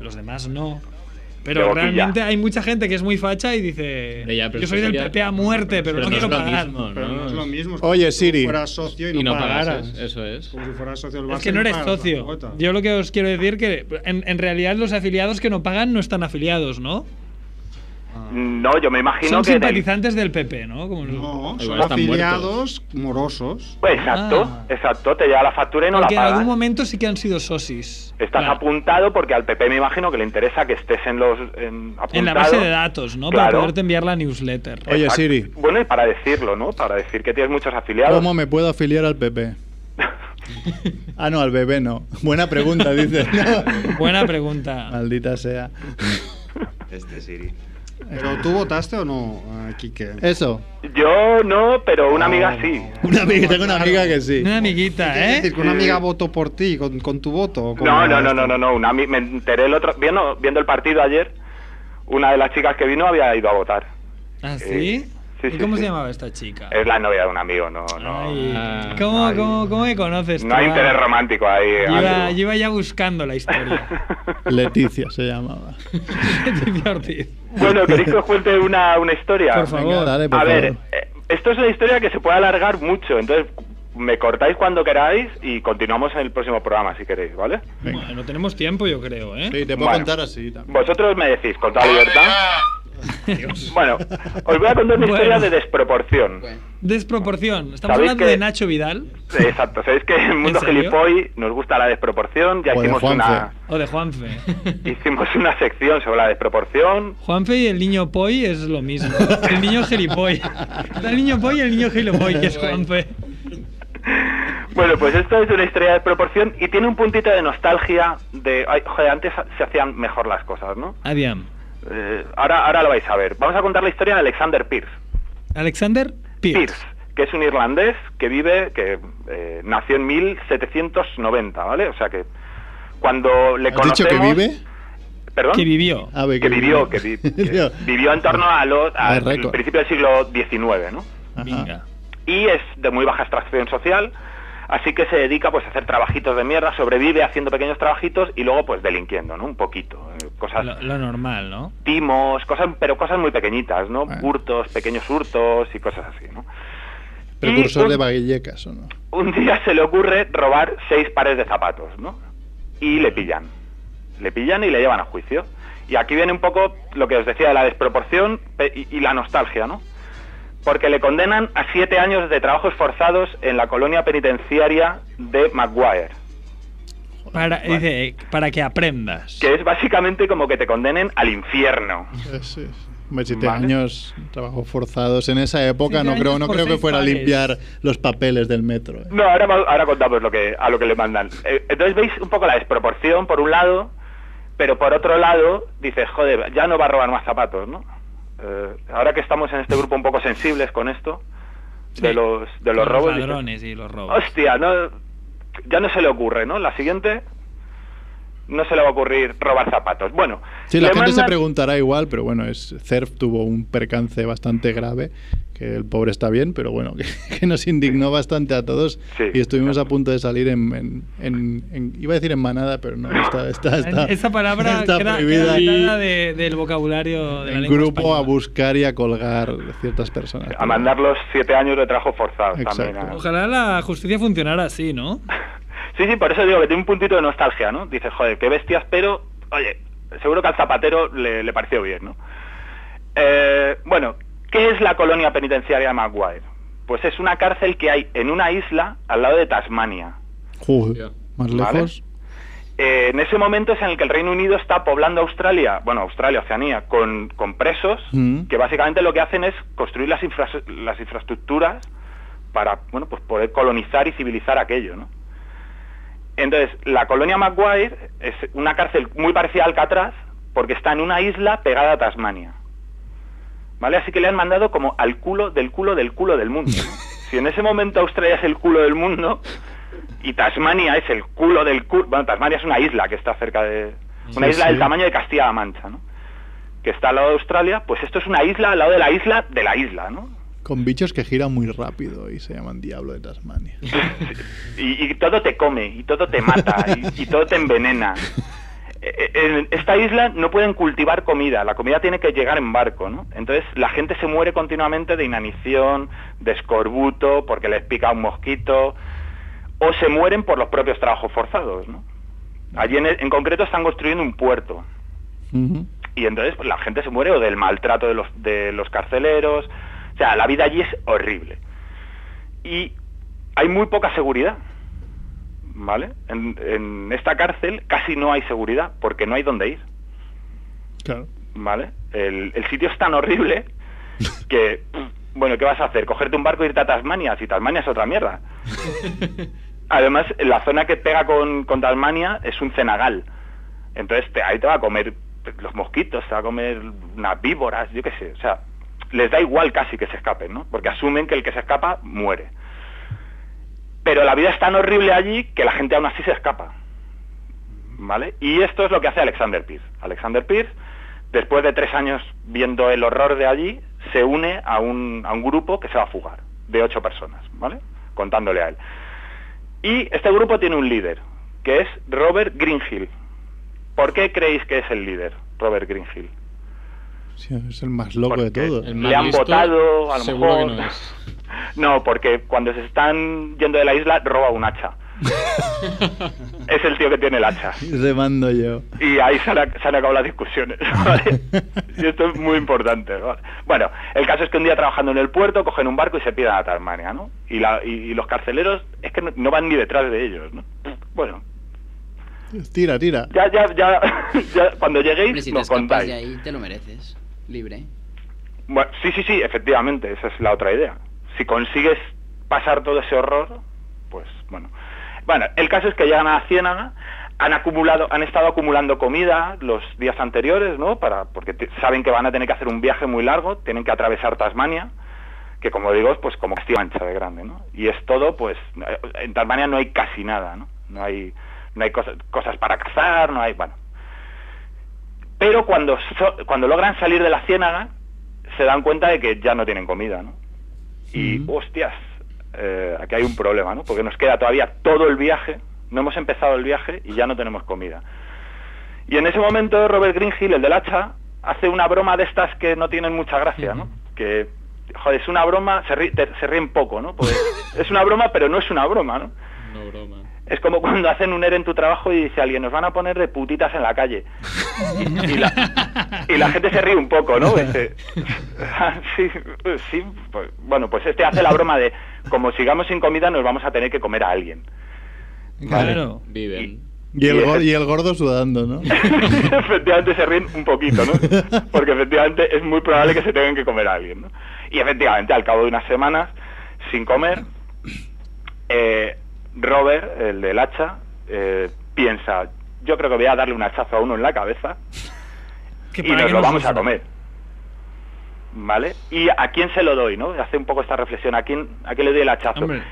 Speaker 8: Los demás no.
Speaker 11: De
Speaker 8: Pero
Speaker 11: boquilla.
Speaker 8: realmente hay mucha gente que es muy facha y dice,
Speaker 10: Hombre, ya, pero
Speaker 8: yo soy
Speaker 10: eso
Speaker 8: del
Speaker 10: sería-
Speaker 8: PP a muerte, pero, no
Speaker 10: es
Speaker 8: quiero
Speaker 10: lo
Speaker 8: pagar.
Speaker 10: mismo,
Speaker 1: Pero no es lo mismo. es
Speaker 4: Oye,
Speaker 1: como
Speaker 4: Siri.
Speaker 1: Si fueras socio y no,
Speaker 10: Y no
Speaker 1: pagaras.
Speaker 10: pagas,
Speaker 6: ¿eh?
Speaker 10: eso es.
Speaker 1: Como si fueras socio del Barça
Speaker 8: Es que
Speaker 1: y
Speaker 8: no eres
Speaker 1: pagas la
Speaker 8: socio.
Speaker 1: cuota.
Speaker 8: Yo lo que os quiero decir que en, en realidad los afiliados que no pagan no están afiliados, ¿no?
Speaker 11: No, yo me imagino
Speaker 8: Son
Speaker 11: que... del-
Speaker 8: simpatizantes del PP, ¿no? Como-
Speaker 1: No, son
Speaker 10: Igual están
Speaker 1: afiliados morosos.
Speaker 11: Pues exacto,
Speaker 8: Ah.
Speaker 11: exacto, te llega la factura y no
Speaker 8: Porque
Speaker 11: la
Speaker 8: en
Speaker 11: pagas.
Speaker 8: algún momento sí que han sido sosis.
Speaker 11: Estás
Speaker 8: Claro.
Speaker 11: apuntado porque al PP me imagino que le interesa que estés en los en, apuntado.
Speaker 8: En la base de datos, ¿no? Para
Speaker 11: Claro.
Speaker 8: poderte enviar la newsletter.
Speaker 4: Oye,
Speaker 11: Exacto.
Speaker 4: Siri.
Speaker 11: Bueno, y para decirlo, ¿no? Para decir que tienes muchos afiliados.
Speaker 4: ¿Cómo me puedo afiliar al PP? Ah, no, al bebé no. Buena pregunta,
Speaker 8: (laughs)
Speaker 4: dice.
Speaker 8: Buena pregunta.
Speaker 4: Maldita sea.
Speaker 2: Este Siri.
Speaker 1: Pero tú votaste o no, eh, Quique.
Speaker 4: Eso.
Speaker 11: Yo no, pero una amiga
Speaker 1: No.
Speaker 11: sí.
Speaker 4: Una amiga, tengo una amiga que sí.
Speaker 8: Una
Speaker 1: Es
Speaker 8: amiguita, ¿eh?
Speaker 1: decir, que una amiga votó por ti, con, con tu voto. ¿o cómo
Speaker 11: No,
Speaker 1: era
Speaker 11: no, no,
Speaker 1: esto?
Speaker 11: no, no, no. Una, ami- me enteré el otro viendo viendo el partido ayer. Una de las chicas que vino había ido a votar.
Speaker 8: ¿Ah, sí?
Speaker 11: Eh, Sí,
Speaker 8: ¿Y
Speaker 11: sí,
Speaker 8: cómo
Speaker 11: sí.
Speaker 8: se llamaba esta chica?
Speaker 11: Es la novia de un amigo, no, no.
Speaker 8: Ay,
Speaker 10: Ah,
Speaker 8: ¿cómo,
Speaker 11: ay.
Speaker 8: cómo, ¿Cómo me conoces?
Speaker 11: No hay
Speaker 8: chaval?
Speaker 11: interés romántico ahí.
Speaker 8: Yo iba,
Speaker 11: Andrew.
Speaker 8: yo iba ya buscando la historia. (laughs)
Speaker 4: Leticia se llamaba.
Speaker 8: Leticia Ortiz.
Speaker 11: (laughs) bueno, ¿queréis que os cuente una, una historia?
Speaker 8: Por favor.
Speaker 4: Venga, dale, por
Speaker 11: a ver,
Speaker 4: favor.
Speaker 11: eh, esto es una historia que se puede alargar mucho, entonces me cortáis cuando queráis y continuamos en el próximo programa si queréis, ¿vale?
Speaker 4: Venga.
Speaker 8: Bueno, tenemos tiempo, yo creo, ¿eh?
Speaker 4: Sí, te puedo
Speaker 11: Bueno.
Speaker 4: contar así también.
Speaker 11: Vosotros me decís, con toda libertad. Bueno, os voy a contar una
Speaker 8: Bueno.
Speaker 11: historia de
Speaker 8: (laughs)
Speaker 11: desproporción.
Speaker 9: Bueno.
Speaker 8: Desproporción. Estamos
Speaker 11: ¿Sabéis
Speaker 8: hablando
Speaker 11: que-
Speaker 8: de Nacho Vidal
Speaker 11: Exacto, sabéis que en el mundo
Speaker 8: serio?
Speaker 11: gilipoy nos gusta la desproporción, ya
Speaker 4: O de
Speaker 11: hicimos
Speaker 4: Juanfe.
Speaker 11: una,
Speaker 8: o de Juanfe.
Speaker 11: hicimos una sección sobre la desproporción.
Speaker 8: (laughs) Juanfe y el niño Poi es lo mismo. El niño gilipoy. Está el niño Poi y el niño gilipoy, que es Juanfe.
Speaker 11: Bueno, pues esto es una historia de desproporción y tiene un puntito de nostalgia de, ay, joder, antes se hacían mejor las cosas, ¿no?
Speaker 8: Adiam.
Speaker 11: Eh, ahora, ahora lo vais a ver. Vamos a contar la historia de Alexander Pierce.
Speaker 8: Alexander Pierce.
Speaker 11: Pierce, que es un irlandés que vive, que eh, nació en 1790, ¿vale? O sea que cuando le
Speaker 4: ¿Has dicho
Speaker 11: conocemos...
Speaker 4: que vive? Ah,
Speaker 11: Perdón.
Speaker 8: Que vivió.
Speaker 4: A ver,
Speaker 11: que vivió, que,
Speaker 4: (laughs)
Speaker 11: vi- que
Speaker 4: Tío.
Speaker 11: vivió en torno a los,
Speaker 4: Ah,
Speaker 11: al
Speaker 4: es récord.
Speaker 11: principio del siglo XIX, ¿no?
Speaker 4: Ajá.
Speaker 8: Venga.
Speaker 11: Y es de muy baja extracción social, así que se dedica pues a hacer trabajitos de mierda, sobrevive haciendo pequeños trabajitos y luego pues delinquiendo, ¿no? Un poquito, eh, cosas
Speaker 8: Lo, lo normal, ¿no?
Speaker 11: timos, cosas, pero cosas muy pequeñitas, ¿no?
Speaker 4: Bueno.
Speaker 11: Hurtos, pequeños hurtos y cosas así, ¿no?
Speaker 4: Precursor
Speaker 11: Y pues, un-
Speaker 4: de Baguillecas, ¿o no?
Speaker 11: un día se le ocurre robar seis pares de zapatos, ¿no? Y le pillan. Le pillan y le llevan a juicio. Y aquí viene un poco lo que os decía de la desproporción pe- y, y la nostalgia, ¿no? Porque le condenan a siete años de trabajos forzados en la colonia penitenciaria de Maguire.
Speaker 12: Para, dice, eh, para que aprendas.
Speaker 11: Que es básicamente como que te condenen al infierno.
Speaker 4: Es- es- hombre, siete años, trabajo forzados en esa época, no creo, no creo que fuera a limpiar los papeles del metro. ¿eh?
Speaker 11: No, ahora, va- ahora contamos lo que, a lo que le mandan. Eh, Entonces veis un poco la desproporción, por un lado, pero por otro lado, dices, joder, ya no va a robar más zapatos, ¿no? Eh, ahora que estamos en este grupo un poco sensibles con esto, de los, de los Ah,
Speaker 12: Con
Speaker 11: robos. dices,
Speaker 12: ladrones y los robos.
Speaker 11: Hostia, no, ya no se le ocurre, ¿no? La siguiente no se le va a ocurrir robar zapatos. Bueno,
Speaker 4: Sí, la
Speaker 11: le
Speaker 4: gente se
Speaker 11: mandan-
Speaker 4: preguntará igual, pero bueno, es, CERF tuvo un percance bastante grave, que el pobre está bien, pero bueno, (laughs) que, que nos indignó bastante a todos y estuvimos a punto de salir en, en- en- en- iba a decir en manada, pero no, está,
Speaker 8: (laughs)
Speaker 4: está, está-
Speaker 8: Esa
Speaker 4: (laughs)
Speaker 8: palabra
Speaker 4: está
Speaker 8: queda,
Speaker 4: prohibida
Speaker 8: queda
Speaker 4: y-
Speaker 8: vetada de- del vocabulario de la
Speaker 4: en
Speaker 8: lengua
Speaker 4: grupo
Speaker 8: española.
Speaker 4: a buscar y a colgar ciertas personas.
Speaker 11: a mandar los siete años de trabajo forzado también.
Speaker 4: Exacto.
Speaker 11: a-
Speaker 8: Ojalá la justicia funcionara así, ¿no?
Speaker 11: Sí, sí, por eso digo que tiene un puntito de nostalgia, ¿no? Dices, joder, qué bestias, pero, oye, seguro que al zapatero le, le pareció bien, ¿no? Eh, bueno, ¿qué es la colonia penitenciaria de Maguire? Pues es una cárcel que hay en una isla al lado de Tasmania.
Speaker 4: Joder, más
Speaker 11: Vale.
Speaker 4: lejos.
Speaker 11: Eh, en ese momento es en el que el Reino Unido está poblando Australia, bueno, Australia, Oceanía, con, con presos,
Speaker 4: Mm.
Speaker 11: que básicamente lo que hacen es construir las, infra- las infraestructuras para, bueno, pues poder colonizar y civilizar aquello, ¿no? Entonces, la colonia Maguire es una cárcel muy parecida a Alcatraz, porque está en una isla pegada a Tasmania. ¿Vale? Así que le han mandado como al culo del culo del culo
Speaker 13: (laughs)
Speaker 11: del mundo. ¿no? Si en ese momento Australia es el culo del mundo y Tasmania es el culo del culo... Bueno, Tasmania es una isla que está cerca de... Una
Speaker 13: Sí,
Speaker 11: isla
Speaker 13: sí.
Speaker 11: del tamaño de Castilla-La Mancha, ¿no? Que está al lado de Australia, pues esto es una isla al lado de la isla de la isla, ¿no?
Speaker 4: Con bichos que giran muy rápido y se llaman Diablo de Tasmania.
Speaker 11: y, y todo te come, y todo te mata, y, y todo te envenena. E- e- En esta isla no pueden cultivar comida, la comida tiene que llegar en barco, ¿no? Entonces la gente se muere continuamente de inanición, de escorbuto, porque les pica un mosquito, o se mueren por los propios trabajos forzados, ¿no? Allí en, en concreto están construyendo un puerto, y entonces pues, la gente se muere o del maltrato de los, de los carceleros. O sea, la vida allí es horrible. Y hay muy poca seguridad. ¿Vale? En, en esta cárcel casi no hay seguridad porque no hay dónde ir.
Speaker 4: Claro.
Speaker 11: ¿Vale? El, el sitio es tan horrible que, pff, bueno, ¿qué vas a hacer? ¿Cogerte un barco e irte a Tasmania? Si Tasmania es otra mierda. Además, la zona que pega con, con Tasmania es un cenagal. Entonces, te- ahí te va a comer los mosquitos, te va a comer unas víboras, yo qué sé. O sea, les da igual casi que se escapen, ¿no? Porque asumen que el que se escapa muere. Pero la vida es tan horrible allí que la gente aún así se escapa. ¿Vale? Y esto es lo que hace Alexander Pierce. Alexander Pierce, después de tres años viendo el horror de allí, se une a un, a un grupo que se va a fugar, de ocho personas, ¿vale? Contándole a él. Y este grupo tiene un líder, que es Robert Greenhill. ¿Por qué creéis que es el líder, Robert Greenhill?
Speaker 4: Sí, es el más loco de todos. (laughs)
Speaker 11: Le han votado, a lo mejor. no, (laughs) porque cuando se están yendo de la isla roba un hacha. es el tío que tiene el hacha.
Speaker 4: (laughs) Le mando yo.
Speaker 11: Y ahí se han, ac- se han acabado las discusiones. ¿vale? y esto es muy importante. ¿vale? Bueno, el caso es que un día trabajando en el puerto cogen un barco y se pierden a Tasmania, ¿no? Y, la- y, y los carceleros es que no, no van ni detrás de ellos, ¿no? Bueno,
Speaker 4: Tira, tira.
Speaker 11: ya, ya, ya, (laughs) ya cuando
Speaker 9: Hombre,
Speaker 11: lleguéis
Speaker 9: si te
Speaker 11: nos
Speaker 9: escapas de
Speaker 11: contáis.
Speaker 9: ahí, te lo mereces. Libre.
Speaker 11: Bueno, sí, sí, sí, efectivamente, esa es la otra idea. Si consigues pasar todo ese horror, pues bueno. Bueno, el caso es que llegan a la Ciénaga, han acumulado, han estado acumulando comida los días anteriores, ¿no? Para, porque te- saben que van a tener que hacer un viaje muy largo, tienen que atravesar Tasmania, que como digo, es pues como Castilla Mancha de grande, ¿no? Y es todo, pues, eh, en Tasmania no hay casi nada, ¿no? No hay, no hay cosas, cosas para cazar, no hay, bueno. Pero cuando, so- cuando logran salir de la ciénaga, se dan cuenta de que ya no tienen comida, ¿no? Y, hostias, eh, aquí hay un problema, ¿no? Porque nos queda todavía todo el viaje, no hemos empezado el viaje y ya no tenemos comida. Y en ese momento Robert Greenhill, el del hacha, hace una broma de estas que no tienen mucha gracia, ¿no? Que, joder, es una broma, se, ri- te- se ríen poco, ¿no? Pues es una broma, pero no es una broma, ¿no?
Speaker 6: No broma.
Speaker 11: Es como cuando hacen un ERE en tu trabajo y dice alguien, nos van a poner de putitas en la calle. Y, y la, y la gente se ríe un poco, ¿no? Dice, "Ah, sí, sí, pues, bueno, pues este hace la broma de, como sigamos sin comida, nos vamos a tener que comer a alguien.
Speaker 8: Claro.
Speaker 6: Viven.
Speaker 4: Y el, gor- y el gordo sudando, ¿no?
Speaker 11: (laughs) efectivamente se ríen un poquito, ¿no? Porque efectivamente es muy probable que se tengan que comer a alguien, ¿no? Y efectivamente, al cabo de unas semanas, sin comer, eh, Robert, el del hacha, eh, piensa, yo creo que voy a darle un hachazo a uno en la cabeza
Speaker 8: Que
Speaker 11: y
Speaker 8: para
Speaker 11: nos
Speaker 8: que
Speaker 11: lo
Speaker 8: nos
Speaker 11: vamos a
Speaker 8: usen.
Speaker 11: comer. ¿Vale? ¿Y a quién se lo doy, no? Hace un poco esta reflexión, ¿a quién, a quién le doy el hachazo?
Speaker 8: Hombre.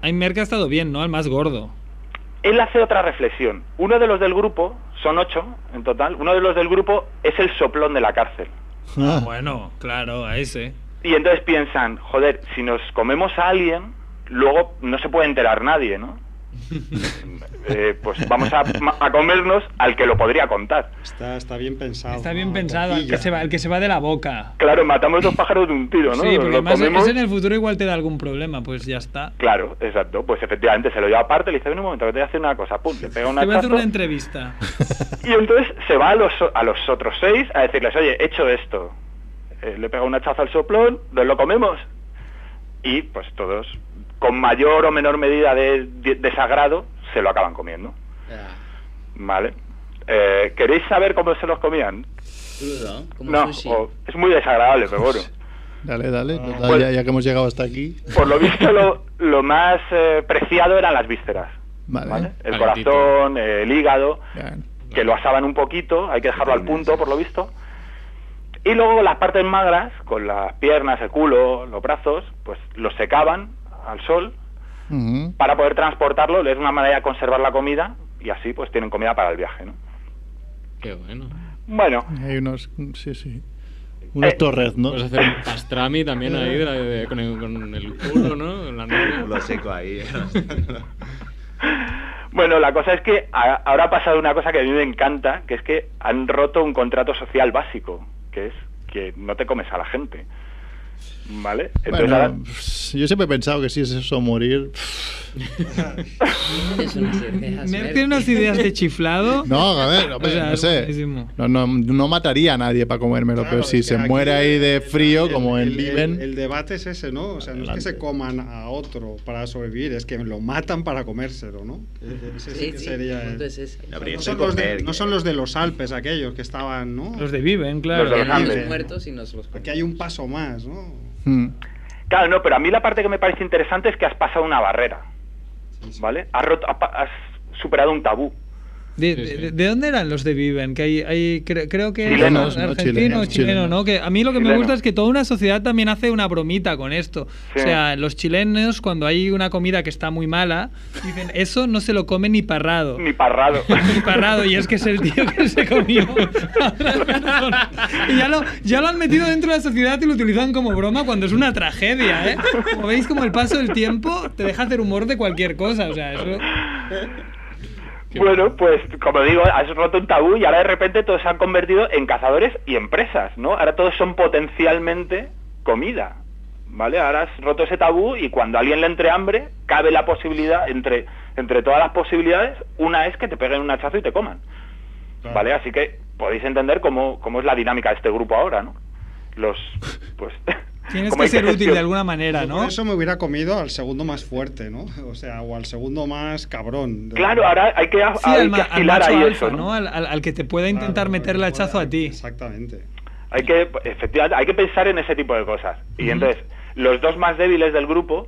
Speaker 8: Aymerk ha estado bien, ¿no? Al más gordo.
Speaker 11: (laughs) Él hace otra reflexión. Uno de los del grupo, son ocho en total, uno de los del grupo es el soplón de la cárcel.
Speaker 4: Ah,
Speaker 8: Bueno, claro, a ese.
Speaker 11: Y entonces piensan, joder, si nos comemos a alguien, luego no se puede enterar nadie, ¿no? Eh, pues vamos a, a comernos al que lo podría contar.
Speaker 1: Está, está bien
Speaker 11: Ah,
Speaker 1: pensado. Ah,
Speaker 8: Está bien pensado, al que, se va, al que se va de la boca.
Speaker 11: Claro, matamos dos pájaros de un tiro, ¿no?
Speaker 8: sí, porque
Speaker 11: Lo
Speaker 8: además
Speaker 11: comemos.
Speaker 8: ese en el futuro igual te da algún problema, pues ya está.
Speaker 11: Claro, exacto. Pues efectivamente se lo lleva aparte, le dice, ven un momento, que te voy a hacer una cosa. Pum, le pega un
Speaker 8: Te voy a hacer
Speaker 11: hachazo.
Speaker 8: una entrevista.
Speaker 11: Y entonces se va a los, a los otros seis a decirles, oye, he hecho esto. Eh, le pega un hachazo al soplón, nos lo comemos. Y pues todos, con mayor o menor medida de, de- desagrado, se lo acaban comiendo. ¿Vale? Eh, ¿Queréis saber cómo se los comían?
Speaker 9: Crudo, como
Speaker 11: no,
Speaker 9: sushi.
Speaker 11: o- es muy desagradable, pero
Speaker 9: (laughs)
Speaker 11: bueno.
Speaker 4: Dale, dale. total,
Speaker 11: Bueno.
Speaker 4: ya, ya que hemos llegado hasta aquí.
Speaker 11: Por lo visto, lo, lo más eh, preciado eran las vísceras.
Speaker 4: Vale.
Speaker 11: El
Speaker 4: Calentito.
Speaker 11: corazón, eh, el hígado.
Speaker 4: Bien.
Speaker 11: que lo asaban un poquito, hay que dejarlo al punto, por lo visto. Y luego las partes magras, con las piernas, el culo, los brazos, pues los secaban al sol
Speaker 4: Ujú.
Speaker 11: para poder transportarlo, es una manera de conservar la comida y así pues tienen comida para el viaje, ¿no?
Speaker 6: Qué bueno.
Speaker 11: Bueno,
Speaker 4: Hay unos. Sí, sí. Unos torrez, ¿no?
Speaker 6: Puedes pues hacer un pastrami también ahí de la- de- con, el, con el culo, ¿no? Con la novia.
Speaker 2: Lo seco ahí. (laughs)
Speaker 11: bueno, la cosa es que a- ahora ha pasado una cosa que a mí me encanta, que es que han roto un contrato social básico, que es que no te comes a la gente. ¿Vale? Entonces
Speaker 4: Bueno,
Speaker 11: ahora-
Speaker 4: pff, yo siempre he pensado que si es eso morir.
Speaker 9: Tienes unas ideas,
Speaker 8: Merck
Speaker 9: Merck.
Speaker 8: tiene unas ideas
Speaker 11: (laughs)
Speaker 8: de chiflado.
Speaker 4: No, a ver, hombre,
Speaker 8: O sea,
Speaker 4: no sé.
Speaker 8: buenísimo.
Speaker 4: No, no, no mataría a nadie para comérmelo, pero si se muere ahí de frío, como en
Speaker 1: el,
Speaker 4: Viven.
Speaker 1: el- el debate es ese, ¿no? O sea, no es que se coman a otro para sobrevivir, es que lo matan para comérselo, ¿no? Ese sí
Speaker 9: Sí,
Speaker 1: que
Speaker 9: sí,
Speaker 1: sería
Speaker 9: el
Speaker 1: el-
Speaker 9: punto es ese.
Speaker 2: No habría
Speaker 1: no,
Speaker 2: que
Speaker 1: son los de,
Speaker 2: comer,
Speaker 1: no
Speaker 2: que-
Speaker 1: son los de los Alpes aquellos que estaban, ¿no?
Speaker 8: Los de Viven, claro.
Speaker 11: Los de los
Speaker 9: Tenemos
Speaker 11: Andes.
Speaker 9: muertos y nos los comemos.
Speaker 1: Aquí hay un paso más, ¿no?
Speaker 11: Claro, no, pero a mí la parte que me parece interesante es que has pasado una barrera, ¿vale? Has, roto- ha pa- has superado un tabú.
Speaker 8: ¿De,
Speaker 6: Sí, sí.
Speaker 8: de- de dónde eran los de Viven? Que hay, hay- cre- creo que
Speaker 11: Chilenos,
Speaker 8: eran
Speaker 4: ¿no?
Speaker 8: argentino
Speaker 4: Chilenos,
Speaker 8: chileno,
Speaker 4: chilenos.
Speaker 8: ¿no? Que a mí lo que me
Speaker 11: Chileno.
Speaker 8: gusta es que toda una sociedad también hace una bromita con esto.
Speaker 11: Sí.
Speaker 8: O sea, los chilenos cuando hay una comida que está muy mala, dicen, eso no se lo come ni parrado.
Speaker 11: Ni parrado.
Speaker 8: (laughs) Ni
Speaker 11: (laughs)
Speaker 8: parrado, y es que es el tío que se comió a otra persona. Y ya lo, ya lo han metido dentro de la sociedad y lo utilizan como broma cuando es una tragedia, ¿eh? Como veis, como el paso del tiempo te deja hacer humor de cualquier cosa, o sea, eso...
Speaker 11: bueno, pues como digo, has roto un tabú y ahora de repente todos se han convertido en cazadores y empresas, ¿no? Ahora todos son potencialmente comida, ¿vale? Ahora has roto ese tabú y cuando a alguien le entre hambre, cabe la posibilidad, entre, entre todas las posibilidades, una es que te peguen un hachazo y te coman. ¿Vale? Así que podéis entender cómo, cómo es la dinámica de este grupo ahora, ¿no?
Speaker 8: (laughs)
Speaker 11: Los. Pues. (laughs)
Speaker 8: Tienes
Speaker 11: cómo
Speaker 8: que
Speaker 11: hay
Speaker 8: ser útil de
Speaker 11: gestionar.
Speaker 8: alguna manera,
Speaker 1: Por
Speaker 8: ¿no?
Speaker 1: eso me hubiera comido al segundo más fuerte, ¿no? (laughs) O sea, o al segundo más cabrón.
Speaker 11: Claro, ahora hay que, a-
Speaker 8: Sí,
Speaker 11: hay
Speaker 8: al,
Speaker 11: que
Speaker 8: ma- al
Speaker 11: afilar
Speaker 8: macho
Speaker 11: ahí
Speaker 8: alfa,
Speaker 11: eso, ¿no?
Speaker 8: ¿no? Al, al- al que te pueda intentar meter el hachazo a ti.
Speaker 1: Exactamente.
Speaker 11: Hay que, efectivamente, hay que pensar en ese tipo de cosas. Y entonces, los dos más débiles del grupo,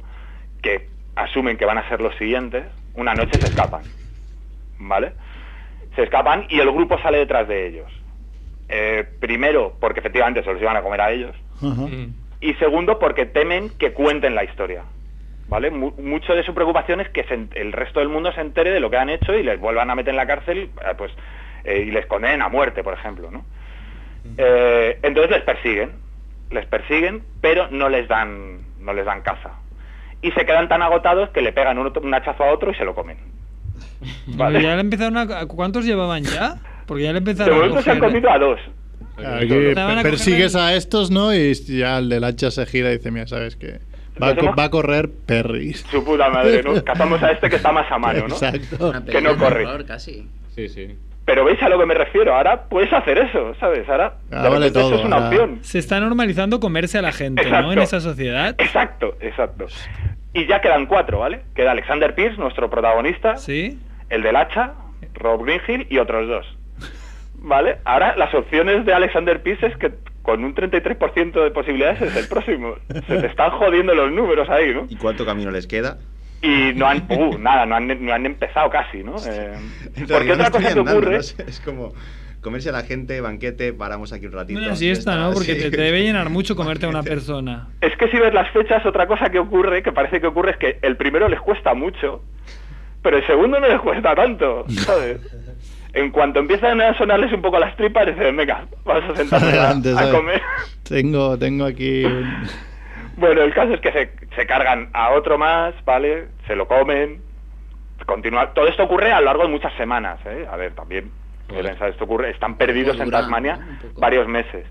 Speaker 11: que asumen que van a ser los siguientes, una noche se escapan. ¿Vale? Se escapan y el grupo sale detrás de ellos. Eh, primero, porque efectivamente se los iban a comer a ellos.
Speaker 4: Ajá.
Speaker 11: y segundo porque temen que cuenten la historia. ¿Vale? Mu- mucho de su preocupación es que se en- el resto del mundo se entere de lo que han hecho y les vuelvan a meter en la cárcel eh, pues, eh, y les condenen a muerte, por ejemplo. ¿no? Eh, entonces les persiguen, les persiguen, pero no les dan, no les dan caza. Y se quedan tan agotados que le pegan un, otro- un hachazo a otro y se lo comen. Vale.
Speaker 8: Ya le empezaron a- a- ¿Cuántos llevaban ya? Porque ya le
Speaker 11: De
Speaker 8: empezaron a
Speaker 11: momento se han
Speaker 8: coger, ¿eh?
Speaker 11: comido a dos.
Speaker 4: Aquí
Speaker 8: Te van a
Speaker 4: persigues
Speaker 8: coger
Speaker 4: a estos, ¿no? Y ya el del hacha se gira y dice, mira, ¿sabes qué? Va, a
Speaker 11: Nos
Speaker 4: co-
Speaker 11: hemos-
Speaker 4: va a correr Perris.
Speaker 11: Su puta madre, ¿no? Cazamos a este que está más a
Speaker 8: (laughs)
Speaker 11: mano, ¿no?
Speaker 4: Exacto.
Speaker 9: Ah,
Speaker 11: Que no corre.
Speaker 9: casi.
Speaker 6: Sí, sí.
Speaker 11: Pero veis a lo que me refiero, ahora puedes hacer eso, ¿sabes? Ahora, de repente eso es una opción.
Speaker 8: ¿eh? Se está normalizando comerse a la gente, ¿no?
Speaker 11: Exacto.
Speaker 8: En esa sociedad.
Speaker 11: Exacto, exacto. Y ya quedan cuatro, ¿vale? Queda Alexander Pierce, nuestro protagonista.
Speaker 8: Sí.
Speaker 11: El del hacha, Rob Greenhill y otros dos. ¿Vale? Ahora las opciones de Alexander Pierce es que con un 33% de posibilidades es el próximo. Se te están jodiendo los números ahí, ¿no?
Speaker 2: ¿Y cuánto camino les queda?
Speaker 11: Y no han, uh, nada, no han, no han empezado casi, ¿no? Eh,
Speaker 2: (laughs) En
Speaker 11: porque
Speaker 2: realidad no
Speaker 11: otra cosa que
Speaker 2: estoy andando,
Speaker 11: ocurre...
Speaker 2: ¿no? Es- Es como comerse a la gente, banquete, paramos aquí un ratito.
Speaker 8: Una siesta, ¿no? Porque te, te debe llenar mucho comerte a una persona.
Speaker 11: Es que si ves las fechas, otra cosa que ocurre, que parece que ocurre, es que el primero les cuesta mucho, pero el segundo no les cuesta tanto,
Speaker 4: (laughs)
Speaker 11: ¿sabes? En cuanto empiezan a sonarles un poco las tripas, dicen, venga, vamos a sentarnos a-
Speaker 4: (laughs) Adelante,
Speaker 11: a,
Speaker 4: ¿sabes?
Speaker 11: comer.
Speaker 4: Tengo, tengo aquí. un-
Speaker 11: Bueno, el caso es que se, se cargan a otro más, ¿vale? Se lo comen, continúa. Todo esto ocurre a lo largo de muchas semanas, ¿eh? A ver, también, hay que pensar, esto ocurre, están perdidos en
Speaker 9: dura,
Speaker 11: Tasmania varios meses.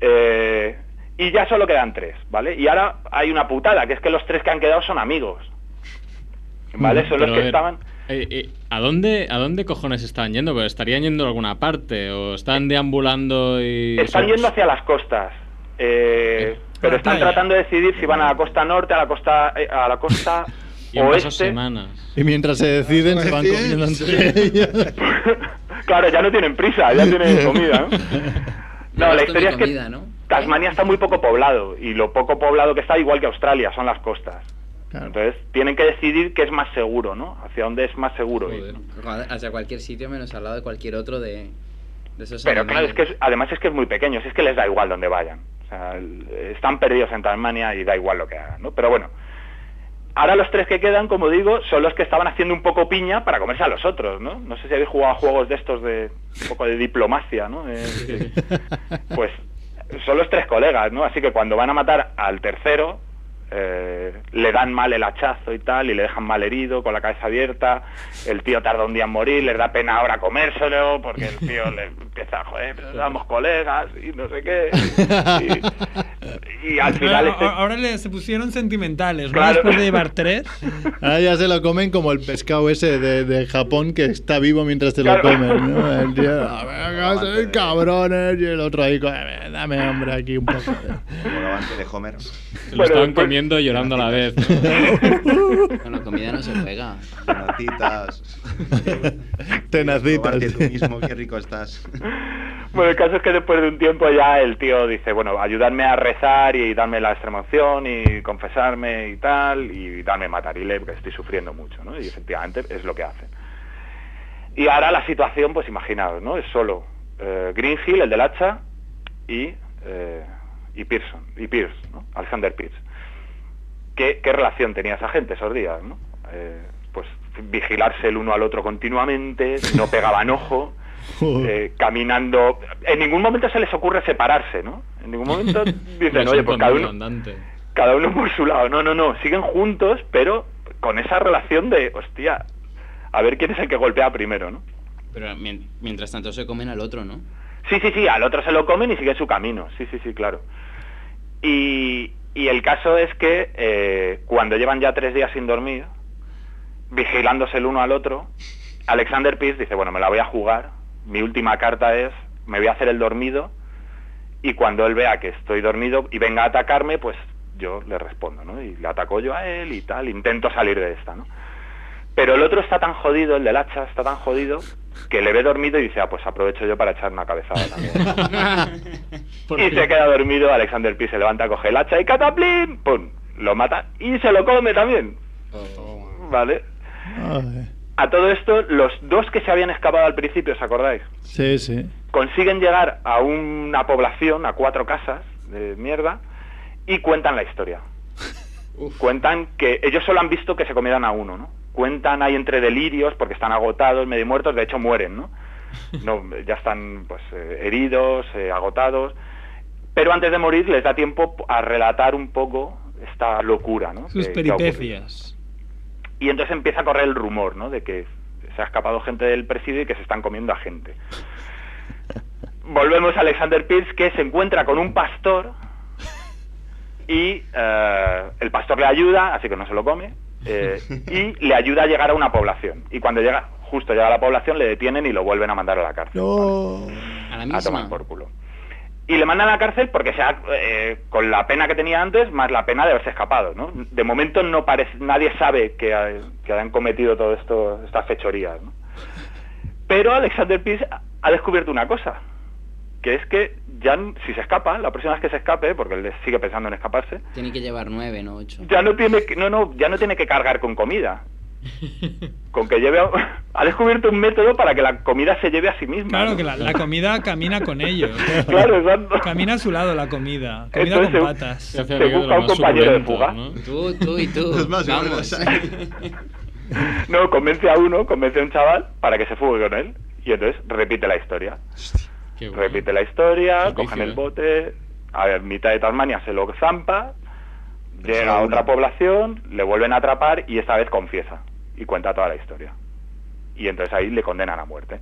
Speaker 11: Eh, y ya solo quedan tres, ¿vale? Y ahora hay una putada, que es que los tres que han quedado son amigos, ¿vale? Son
Speaker 6: Pero,
Speaker 11: los
Speaker 6: a
Speaker 11: que
Speaker 6: ver,
Speaker 11: estaban...
Speaker 6: eh, eh, ¿A dónde, ¿A dónde cojones están yendo? Pero ¿Estarían yendo a alguna parte? ¿O están deambulando y.?
Speaker 11: Están
Speaker 6: son-
Speaker 11: yendo hacia las costas. eh, pero están
Speaker 6: playa.
Speaker 11: tratando de decidir si van a la costa norte, a la costa, eh, a la
Speaker 6: (laughs)
Speaker 11: costa
Speaker 6: en
Speaker 11: oeste.
Speaker 6: esas semanas.
Speaker 4: Y mientras se deciden, se van comiendo entre ellos.
Speaker 11: (laughs) Claro, ya no tienen prisa, ya tienen
Speaker 9: (laughs)
Speaker 11: comida. ¿no? No, la historia es que
Speaker 9: comida, ¿no? ¿Eh?
Speaker 11: Tasmania está muy poco poblado y lo poco poblado que está, igual que Australia, son las costas. Entonces tienen que decidir qué es más seguro, ¿no? Hacia dónde es más seguro. ir, ¿no?
Speaker 9: Hacia cualquier sitio menos al lado de cualquier otro de, de esos
Speaker 11: Pero claro,
Speaker 9: animales.
Speaker 11: es que es- además es que es muy pequeño, si es que les da igual donde vayan. O sea, el- están perdidos en Tasmania y da igual lo que hagan, ¿no? Pero bueno, ahora los tres que quedan, como digo, son los que estaban haciendo un poco piña para comerse a los otros, ¿no? No sé si habéis jugado a juegos de estos de un poco de diplomacia, ¿no? Eh, pues son los tres colegas, ¿no? Así que cuando van a matar al tercero, eh, le dan mal el hachazo y tal, y le dejan mal herido, con la cabeza abierta, el tío tarda un día en morir, les da pena ahora comérselo, porque el tío le empieza, joder, pero éramos colegas y no sé qué. Y, y al final
Speaker 8: Ahora-
Speaker 11: este...
Speaker 8: Ahora le- se pusieron sentimentales, ¿no?
Speaker 11: Claro.
Speaker 8: Después de llevar (laughs) tres.
Speaker 4: Ahora ya se lo comen como el pescado ese de, de Japón que está vivo mientras te lo
Speaker 8: Claro.
Speaker 4: comen. ¿no? El tío,
Speaker 11: (laughs)
Speaker 4: "Ah, venga, sois cabrones. Y el otro ahí, "Eh, dame hombre aquí un poco.
Speaker 2: (laughs) Como lo antes de Homer.
Speaker 6: Se lo estaban comiendo y llorando a la vez.
Speaker 4: (laughs)
Speaker 9: Con la comida no se juega.
Speaker 4: (laughs)
Speaker 2: Natitas.
Speaker 4: Tenacitas.
Speaker 2: Probarte tú mismo, qué rico estás.
Speaker 11: (laughs) Bueno, el caso es que después de un tiempo ya el tío dice, bueno, ayudarme a rezar y darme la extremación y confesarme y tal, y darme matarile porque estoy sufriendo mucho, ¿no? Y efectivamente es lo que hacen. Y ahora la situación, pues imaginaos, ¿no? Es solo eh, Greenhill, el del hacha, y, eh, y Pearson, y Pierce, ¿no? Alexander Pierce. ¿Qué, qué relación tenía esa gente esos días, no? Eh, pues vigilarse el uno al otro continuamente, no pegaban ojo, eh, caminando. En ningún momento se les ocurre separarse, ¿no? En ningún momento dicen, oye, pues cada uno,
Speaker 6: Andante.
Speaker 11: cada uno por su lado. No, no, no, siguen juntos, pero con esa relación de, hostia, a ver quién es el que golpea primero, ¿no?
Speaker 9: Pero mien- mientras tanto se comen al otro, (laughs) ¿no?
Speaker 11: Sí, sí, sí, al otro se lo comen y sigue su camino. Sí, sí, sí, claro. Y, y el caso es que eh, cuando llevan ya tres días sin dormir, vigilándose el uno al otro, Alexander Pierce dice, bueno, me la voy a jugar, mi última carta es, me voy a hacer el dormido, y cuando él vea que estoy dormido y venga a atacarme, pues yo le respondo, ¿no? Y le ataco yo a él y tal, intento salir de esta, ¿no? Pero el otro está tan jodido, el del hacha está tan jodido, que le ve dormido y dice, ah, pues aprovecho yo para echar una cabezada también. y se queda dormido, Alexander P se levanta, coge el hacha y cataplín, ¡pum! Lo mata y se lo come también. ¿Vale?
Speaker 4: Ay,
Speaker 11: A todo esto, los dos que se habían escapado al principio, ¿os acordáis?
Speaker 4: sí, sí.
Speaker 11: Consiguen llegar a una población, a cuatro casas de mierda, y cuentan la
Speaker 8: (laughs)
Speaker 11: historia. Cuentan que ellos solo han visto que se comieran a uno, ¿no? Cuentan ahí entre delirios, porque están agotados, medio muertos, de hecho mueren,
Speaker 8: (laughs)
Speaker 11: ¿no? no ya están pues eh, heridos, eh, agotados. Pero antes de morir les da tiempo a relatar un poco esta locura, ¿no?
Speaker 8: Sus
Speaker 11: Que- que ha ocurrido.
Speaker 8: peripecias.
Speaker 11: Y entonces empieza a correr el rumor, ¿no? De que se ha escapado gente del presidio y que se están comiendo a gente. Volvemos a Alexander Pierce que se encuentra con un pastor y eh, el pastor le ayuda, así que no se lo come, eh, y le ayuda a llegar a una población. Y cuando llega, justo llega a la población, le detienen y lo vuelven a mandar a la cárcel.
Speaker 4: No.
Speaker 9: A la
Speaker 11: A tomar Ah, por culo. Y le mandan a la cárcel porque se ha, eh, con la pena que tenía antes, más la pena de haberse escapado, ¿no? De momento no parece, nadie sabe que, ha- que han cometido todo esto, estas fechorías, ¿no? Pero Alexander Pierce ha descubierto una cosa, que es que ya n- si se escapa, la próxima vez que se escape, porque él sigue pensando en escaparse,
Speaker 9: Tiene que llevar nueve, no ocho.
Speaker 11: ya no tiene que, no, no, ya no tiene que cargar con
Speaker 8: (laughs)
Speaker 11: comida. Con que lleve a- ha descubierto un método para que la comida se lleve a sí misma.
Speaker 8: Claro
Speaker 11: ¿no?
Speaker 8: que la, la comida camina con ellos.
Speaker 11: (laughs) Claro, exacto.
Speaker 8: Camina a su lado la comida. Comida
Speaker 11: Entonces,
Speaker 8: con patas.
Speaker 11: se busca un compañero de fuga.
Speaker 9: Tú, tú y tú.
Speaker 14: Es más, yo creo
Speaker 9: Vamos.
Speaker 11: No, convence a uno, convence a un chaval para que se fugue con él. Y entonces repite la historia. Repite la historia, cogen el bote, a ver, mitad de Tasmania se lo zampa, llega a otra población, le vuelven a atrapar y esta vez confiesa y cuenta toda la historia. Y entonces ahí le condenan a muerte.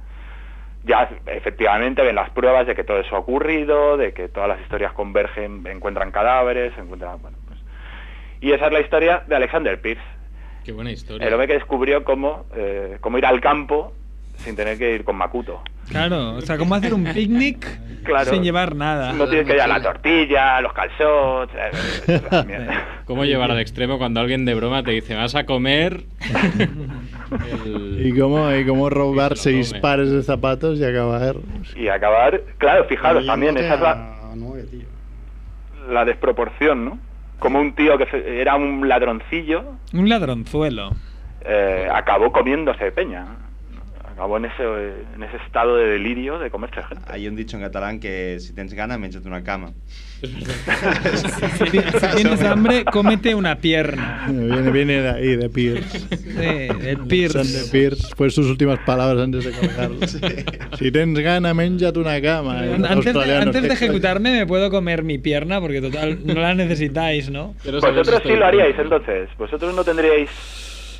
Speaker 11: Ya efectivamente ven las pruebas de que todo eso ha ocurrido, de que todas las historias convergen, encuentran cadáveres, encuentran... bueno, pues. Y esa es la historia de Alexander Pierce.
Speaker 6: Qué buena historia.
Speaker 11: El hombre que descubrió cómo, eh, cómo ir al campo sin tener que ir con Makuto.
Speaker 8: Claro, o sea, ¿cómo hacer un picnic
Speaker 11: (laughs) Claro.
Speaker 8: sin llevar nada?
Speaker 11: No tienes que ir a la tortilla, los calzots.
Speaker 8: (laughs)
Speaker 11: eh, eh, la mierda.
Speaker 6: ¿Cómo llevar al extremo cuando alguien de broma te dice, vas
Speaker 11: (laughs)
Speaker 6: a comer?
Speaker 4: ¿Y cómo, y cómo robar seis
Speaker 6: come.
Speaker 4: pares de zapatos y acabar?
Speaker 11: y acabar, claro, fijaros
Speaker 4: Pero
Speaker 11: también, esa es la,
Speaker 1: Ah, eh,
Speaker 11: la desproporción, ¿no? Como un tío que se- era un ladroncillo
Speaker 8: Un ladronzuelo.
Speaker 11: eh, acabó comiéndose peña. Acabó en ese, en ese estado de delirio de comerse gente.
Speaker 2: Hay un dicho en catalán que si tens ganas, méchate una cama.
Speaker 8: Si tienes hambre, cómete una pierna.
Speaker 4: Viene, viene de ahí, de Pierce.
Speaker 8: Sí, el Eh, Pierce.
Speaker 4: Son de Pierce. Fue sus últimas palabras antes de colgarlo. Si tens gana, menjate una cama. eh,
Speaker 8: An- Antes de,
Speaker 4: Australianos,
Speaker 8: antes de
Speaker 4: ¿qué
Speaker 8: ejecutarme me puedo comer mi pierna porque total no la necesitáis, ¿no?
Speaker 11: Este Vosotros sí lo haríais entonces. Vosotros no tendríais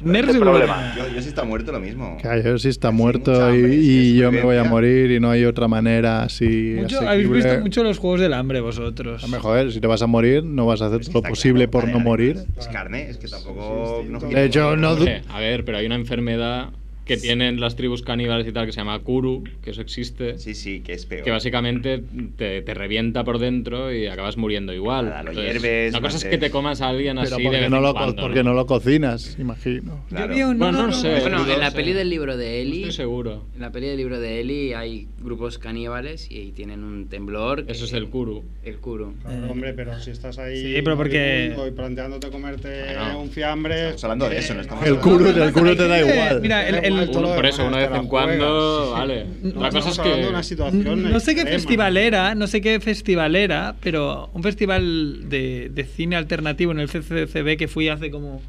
Speaker 8: Nerds
Speaker 11: ese
Speaker 8: seguro.
Speaker 11: problema.
Speaker 2: (laughs) Yo, yo si está muerto lo mismo.
Speaker 4: Claro, yo sí está muerto y, y yo me voy a morir y no hay otra manera así.
Speaker 8: Mucho-
Speaker 4: asequible.
Speaker 8: habéis visto mucho los juegos del hambre vosotros.
Speaker 4: Joder, si te vas a morir, no vas a hacer lo posible por no morir.
Speaker 2: Es carne, es que tampoco. no-
Speaker 4: De hecho, Eh, no du-
Speaker 6: Hombre, a ver, pero hay una enfermedad que tienen las tribus caníbales y tal que se llama Kuru, que eso existe.
Speaker 2: Sí, sí, que es peor.
Speaker 6: Que básicamente te, te revienta por dentro y acabas muriendo igual.
Speaker 2: Nada, lo
Speaker 6: Entonces,
Speaker 2: hierves,
Speaker 6: una cosa es
Speaker 2: haces-
Speaker 6: que te comas a alguien
Speaker 4: Pero
Speaker 6: así de
Speaker 4: porque
Speaker 6: vez
Speaker 4: no,
Speaker 6: en
Speaker 4: lo, co-
Speaker 6: cuando.
Speaker 4: porque no lo cocinas, imagino.
Speaker 6: Bueno, no sé.
Speaker 9: (laughs) Bueno, en la
Speaker 6: sé.
Speaker 9: peli del libro de Eli. Estoy
Speaker 6: seguro.
Speaker 9: En la peli del libro de Eli hay grupos caníbales y ahí tienen un temblor. Eso es
Speaker 6: el Kuru.
Speaker 9: El Kuru.
Speaker 8: Eh,
Speaker 1: Claro, hombre, pero si estás ahí
Speaker 9: Sí, pero porque-
Speaker 1: moribundo y planteándote comerte
Speaker 9: Bueno,
Speaker 1: un fiambre. eh, Estamos
Speaker 2: hablando de eso, no estamos
Speaker 4: El culo, el culo te da igual.
Speaker 8: Mira, el- el-
Speaker 6: Un- por eso, una vez en cuando, vale. La cosa es
Speaker 1: hablando
Speaker 6: que.
Speaker 1: de una situación.
Speaker 8: No sé qué
Speaker 1: extrema.
Speaker 8: festival era, no sé qué festival era, pero un festival de, de cine alternativo en el CCCB que fui hace como,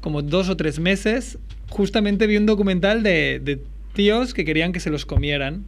Speaker 8: como dos o tres meses, justamente vi un documental de, de tíos que querían que se los comieran.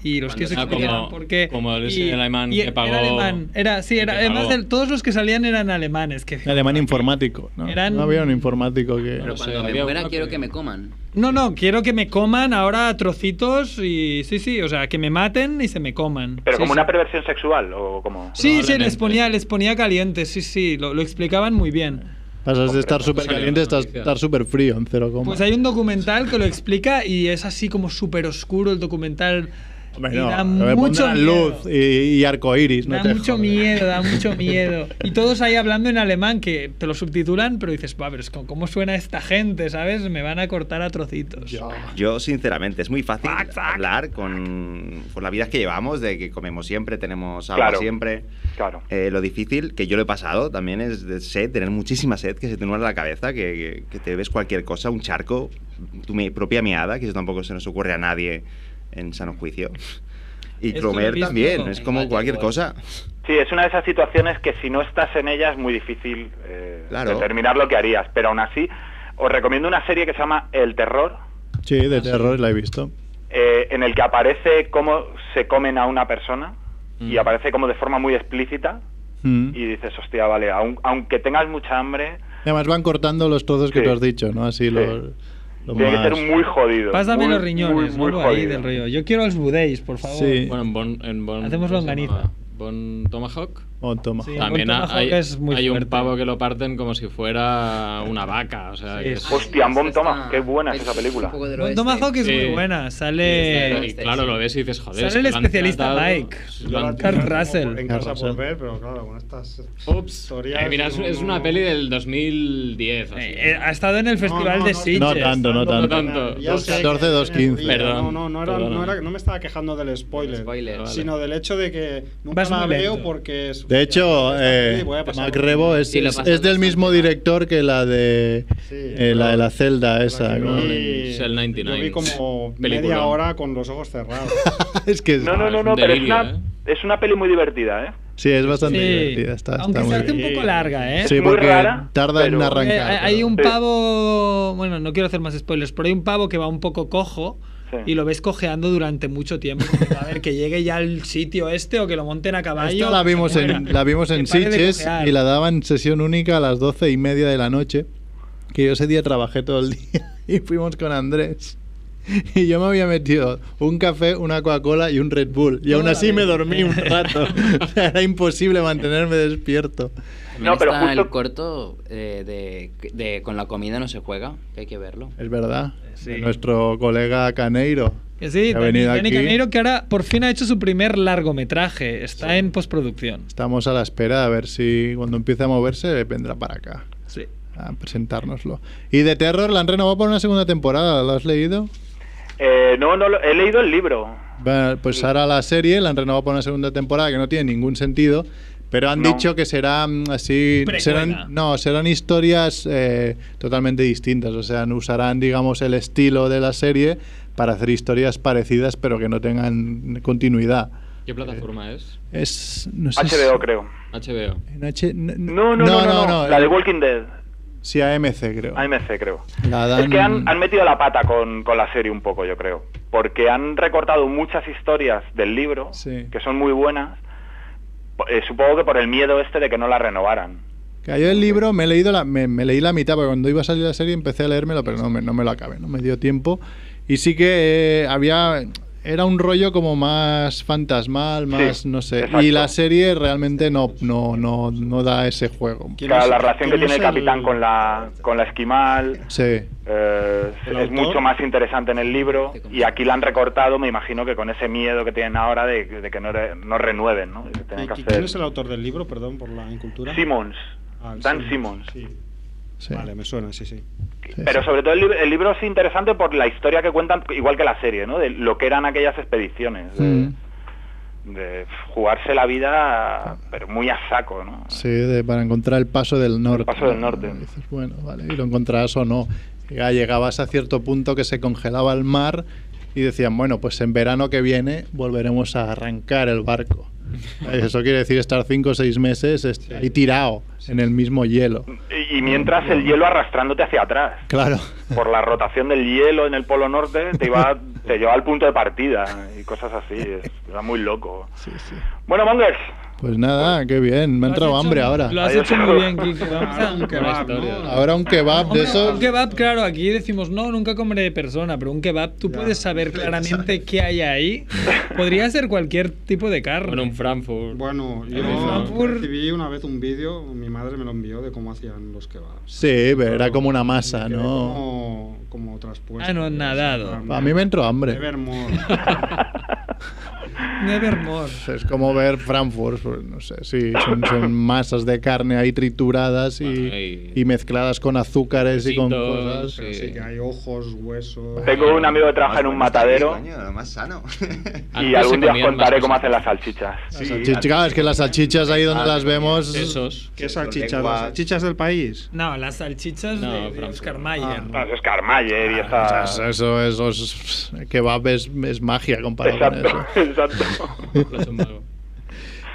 Speaker 8: Y los
Speaker 6: Cuando-
Speaker 8: tíos se
Speaker 6: ah, como-
Speaker 8: comieran porque...
Speaker 6: como el-
Speaker 8: y-
Speaker 6: el alemán
Speaker 8: y
Speaker 6: que
Speaker 8: era
Speaker 6: pagó-
Speaker 8: alemán, era- sí,
Speaker 6: que
Speaker 8: era, además
Speaker 6: pagó.
Speaker 8: de- todos los que salían eran alemanes. Que,
Speaker 4: Alemán informático, ¿no?
Speaker 8: Eran-
Speaker 4: No había un informático que.
Speaker 9: Pero cuando me muera quiero que me coman.
Speaker 8: no, no, quiero que me coman ahora a trocitos y... Sí, sí, o sea, que me maten y se me coman.
Speaker 11: Pero
Speaker 8: Sí,
Speaker 11: como
Speaker 8: sí.
Speaker 11: una perversión sexual o como.
Speaker 8: Sí, sí, les ponía, les ponía caliente, sí, sí, lo, lo explicaban muy bien.
Speaker 4: Pasas de estar
Speaker 8: Concreto,
Speaker 4: súper
Speaker 8: salió
Speaker 4: caliente a
Speaker 8: la
Speaker 4: estar-
Speaker 8: noticia.
Speaker 4: estar súper frío en cero coma.
Speaker 8: Pues hay un documental que lo explica y es así como súper oscuro el documental.
Speaker 4: Hombre,
Speaker 8: y
Speaker 4: no,
Speaker 8: da
Speaker 4: me
Speaker 8: mucho
Speaker 4: pondrán
Speaker 8: miedo.
Speaker 4: luz y, y arcoiris, Pues no
Speaker 8: Da
Speaker 4: te
Speaker 8: mucho miedo, da
Speaker 4: (laughs)
Speaker 8: mucho miedo. Y todos ahí hablando en alemán que te lo subtitulan, pero dices, va, pero es con cómo suena esta gente, ¿sabes? Me van a cortar a trocitos.
Speaker 2: Yo, sinceramente, es muy fácil hablar con, con la vida que llevamos, de que comemos siempre, tenemos agua
Speaker 11: Claro.
Speaker 2: siempre.
Speaker 11: Claro.
Speaker 2: Eh, lo difícil que yo lo he pasado también es de sed, tener muchísima sed, que se te nubla la cabeza, que, que- que te ves cualquier cosa, un charco, tu mi- propia miada, que eso tampoco se nos ocurre a nadie en sano juicio. Y
Speaker 11: Esto lo he
Speaker 2: comer
Speaker 11: visto
Speaker 2: también,
Speaker 11: con-
Speaker 2: es como cualquier cosa.
Speaker 11: Sí, es una de esas situaciones que si no estás en ella es muy difícil eh,
Speaker 2: Claro.
Speaker 11: determinar lo que harías. Pero aún así, os recomiendo una serie que se llama El Terror,
Speaker 4: Sí, de terror la he visto.
Speaker 11: eh, en el que aparece cómo se comen a una persona y aparece como de forma muy explícita.
Speaker 4: Mm.
Speaker 11: Y dices, hostia, vale, aun- aunque tengas mucha hambre,
Speaker 4: Además van cortando los trozos que
Speaker 11: Sí.
Speaker 4: tú has dicho, ¿no? Así lo, lo
Speaker 11: tiene
Speaker 4: más...
Speaker 11: que ser muy jodido.
Speaker 8: Pásame
Speaker 11: muy-
Speaker 8: los riñones,
Speaker 11: muy- muy
Speaker 8: algo ahí
Speaker 11: jodido.
Speaker 8: del rollo. Yo quiero los budéis, por favor.
Speaker 6: Bueno, en Bon. En bon
Speaker 8: Hacemos
Speaker 6: ¿cómo se
Speaker 8: longaniza.
Speaker 6: llamaba? ¿Bon Tomahawk?
Speaker 4: Montoma.
Speaker 6: También ha-
Speaker 4: Montoma
Speaker 6: hay,
Speaker 4: que es muy
Speaker 6: hay un
Speaker 4: fuerte.
Speaker 6: pavo que lo parten como si fuera una vaca. O sea, que
Speaker 9: Pues
Speaker 6: es-
Speaker 11: Hostia, Bom Toma, qué buena es esa película.
Speaker 8: Toma Hawk es
Speaker 6: Sí.
Speaker 8: muy buena. Sale.
Speaker 6: Y claro, lo ves y dices, joder.
Speaker 8: Sale
Speaker 6: es que
Speaker 8: el
Speaker 6: lo han
Speaker 8: especialista
Speaker 6: tratado-
Speaker 8: Mike.
Speaker 6: lo han-
Speaker 8: Kurt Russell.
Speaker 1: En casa por ver, pero claro, con estas Oh, historias.
Speaker 6: Eh, mira, es, es una peli del 2010. así.
Speaker 8: Eh, ha estado en el Festival de Sitges.
Speaker 4: No tanto, no tanto.
Speaker 1: Ya sé que
Speaker 4: 14, 2,
Speaker 1: tiene
Speaker 4: 15.
Speaker 1: frío. No, no, no, era, no, era- no me estaba quejando del spoiler,
Speaker 4: vale.
Speaker 1: sino del hecho de que nunca
Speaker 4: Vas
Speaker 1: la
Speaker 4: muy
Speaker 1: veo
Speaker 4: lento.
Speaker 1: porque es.
Speaker 4: De hecho, eh,
Speaker 1: Sí, voy a pasar.
Speaker 4: Mac Rebo es,
Speaker 1: Sí, lo
Speaker 4: es-
Speaker 1: pasas
Speaker 4: es del mismo director que la de eh, la de la celda esa. ¿no? (laughs)
Speaker 1: Y
Speaker 6: Es el 99.
Speaker 1: Yo vi como
Speaker 6: Peliculón.
Speaker 1: media hora con los ojos cerrados.
Speaker 4: (laughs) es que es-
Speaker 11: No, no, no, no,
Speaker 4: Un
Speaker 11: pero es
Speaker 4: delirio, ¿eh?
Speaker 11: una, es una peli muy divertida, ¿eh?
Speaker 4: Sí, es bastante
Speaker 11: Sí.
Speaker 4: divertida. Está, está
Speaker 8: Aunque se
Speaker 4: muy
Speaker 8: hace un
Speaker 4: bien.
Speaker 8: poco larga, ¿eh?
Speaker 4: Sí,
Speaker 8: Muy
Speaker 4: porque
Speaker 8: rara,
Speaker 4: tarda en arrancar.
Speaker 8: Eh, hay- hay un
Speaker 4: pero-
Speaker 8: pavo. Bueno, no quiero hacer más spoilers, pero hay un pavo que va un poco cojo. Y lo ves cojeando durante mucho tiempo. A ver, que llegue ya al sitio este o que lo monten a caballo.
Speaker 4: Esta la vimos
Speaker 8: que se
Speaker 4: en,
Speaker 8: muera.
Speaker 4: la vimos en
Speaker 8: Que pare de
Speaker 4: Sitges
Speaker 8: cojear.
Speaker 4: y la daban sesión única a las doce y media de la noche. Que yo ese día trabajé todo el (laughs) día y fuimos con Andrés. Y yo me había metido un café, una Coca-Cola y un Red Bull. Y aún así me dormí
Speaker 8: (laughs)
Speaker 4: un rato. (laughs) Era imposible mantenerme despierto.
Speaker 9: También está el corto eh, de, de Con la comida no se juega, que hay que verlo.
Speaker 4: Es verdad. Nuestro colega Caneiro.
Speaker 8: Que sí,
Speaker 4: que ha venido
Speaker 8: Dani
Speaker 4: aquí.
Speaker 8: Caneiro, que ahora por fin ha hecho su primer largometraje. Está en postproducción.
Speaker 4: Estamos a la espera a ver si cuando empiece a moverse vendrá para acá.
Speaker 8: Sí.
Speaker 4: A presentárnoslo. Y de terror la han renovado por una segunda temporada. ¿Lo has leído?
Speaker 11: Eh, no, no, lo- he leído el libro.
Speaker 4: Bueno, pues ahora la serie la han renovado por una segunda temporada que no tiene ningún sentido, pero han
Speaker 11: No.
Speaker 4: dicho que serán así,
Speaker 11: Precuela.
Speaker 4: serán no, serán historias eh, totalmente distintas, o sea, no usarán digamos el estilo de la serie para hacer historias parecidas pero que no tengan continuidad.
Speaker 6: ¿Qué plataforma es?
Speaker 4: Es no sé
Speaker 11: HBO, creo.
Speaker 6: HBO.
Speaker 4: si- en H- n- n-
Speaker 11: No, no, no, no, no, La de
Speaker 4: eh,
Speaker 11: Walking Dead,
Speaker 4: Sí, AMC creo.
Speaker 11: AMC, creo.
Speaker 4: La
Speaker 11: Es que han,
Speaker 4: dan-
Speaker 11: han metido la pata con, con la serie un poco, yo creo. Porque han recortado muchas historias del libro,
Speaker 4: Sí.
Speaker 11: que son muy buenas. eh, supongo que por el miedo este de que no la renovaran.
Speaker 4: Cayó el libro, me, he leído la, me, me leí la mitad, porque cuando iba a salir la serie empecé a leérmelo, pero no me, no me lo acabé, no me dio tiempo. Y sí que eh, había. Era un rollo como más fantasmal, más no sé. Y
Speaker 11: exacto.
Speaker 4: la serie realmente no, no, no, no da ese juego.
Speaker 11: Claro, la relación que tiene el capitán con la con la esquimal
Speaker 4: Sí.
Speaker 11: eh,
Speaker 4: ¿El autor?
Speaker 11: es mucho más interesante en el libro y aquí la han recortado, me imagino que con ese miedo que tienen ahora de, de que no, re- no renueven, ¿no? Que tengan que
Speaker 1: ¿Y ¿Quién
Speaker 11: hacer-
Speaker 1: es el autor del libro, perdón, por la incultura?
Speaker 11: Simmons,
Speaker 1: Ah,
Speaker 11: Dan Simmons.
Speaker 1: Vale, me suena, sí, sí.
Speaker 11: Pero sobre todo el, lib- el libro es interesante por la historia que cuentan, igual que la serie, ¿no? De lo que eran aquellas expediciones, de,
Speaker 4: Mm.
Speaker 1: Mm.
Speaker 11: de jugarse la vida, pero muy a saco, ¿no?
Speaker 4: Sí, de- para encontrar el paso del norte.
Speaker 11: Paso del norte.
Speaker 4: Bueno, vale, y lo encontrarás o no. Ya llegabas a cierto punto que se congelaba el mar y decían, bueno, pues en verano que viene volveremos a arrancar el
Speaker 11: (laughs)
Speaker 4: barco. Eso quiere decir estar cinco o seis meses est- ahí tirado en el mismo hielo.
Speaker 11: Y, y mientras el hielo arrastrándote hacia atrás,
Speaker 4: Claro. (laughs)
Speaker 11: por la rotación del hielo en el Polo Norte,
Speaker 1: (laughs)
Speaker 11: te iba te llevaba al punto de partida y cosas así, es- era muy loco.
Speaker 1: (laughs)
Speaker 11: Bueno, Mongers,
Speaker 4: Pues nada, qué bien. Me ha entrado hambre ahora.
Speaker 8: Lo has hecho muy bien, Kike. Vamos a un kebab.
Speaker 4: Ahora un kebab de esos.
Speaker 8: Un kebab, claro, aquí decimos, no, nunca comeré de persona, pero un kebab tú
Speaker 11: (laughs)
Speaker 8: puedes saber claramente qué hay ahí. Podría ser cualquier tipo de carne. Bueno,
Speaker 6: un Frankfurt.
Speaker 1: Bueno, Yo recibí una vez un vídeo, mi madre me lo envió de cómo hacían los kebabs.
Speaker 4: Sí, pero era como una masa, ¿no?
Speaker 1: Como, como traspuesto.
Speaker 8: Ah, no, nadado.
Speaker 4: A mí me entró hambre. (laughs) Ah,
Speaker 1: Evermore.
Speaker 8: Nevermore.
Speaker 4: Es como ver Frankfurt, pues, no sé, sí, son, son masas de carne ahí trituradas y, y mezcladas con azúcares y con cosas.
Speaker 1: Pero sí que hay ojos, huesos.
Speaker 11: tengo un amigo que trabaja en un matadero
Speaker 2: más
Speaker 4: (laughs)
Speaker 2: sano.
Speaker 11: y algún día os contaré cómo hacen las salchichas.
Speaker 4: Salchichas, claro, es que las salchichas ahí donde las vemos.
Speaker 1: ¿Qué salchichas? ¿Las salchichas del país?
Speaker 8: No, las salchichas de, de Oscar Mayer.
Speaker 11: Eso es Carmayer
Speaker 1: Ah,
Speaker 11: y esta...
Speaker 4: Eso, eso, eso es, kebab es, es magia comparado con eso.
Speaker 11: exacto.
Speaker 6: (laughs)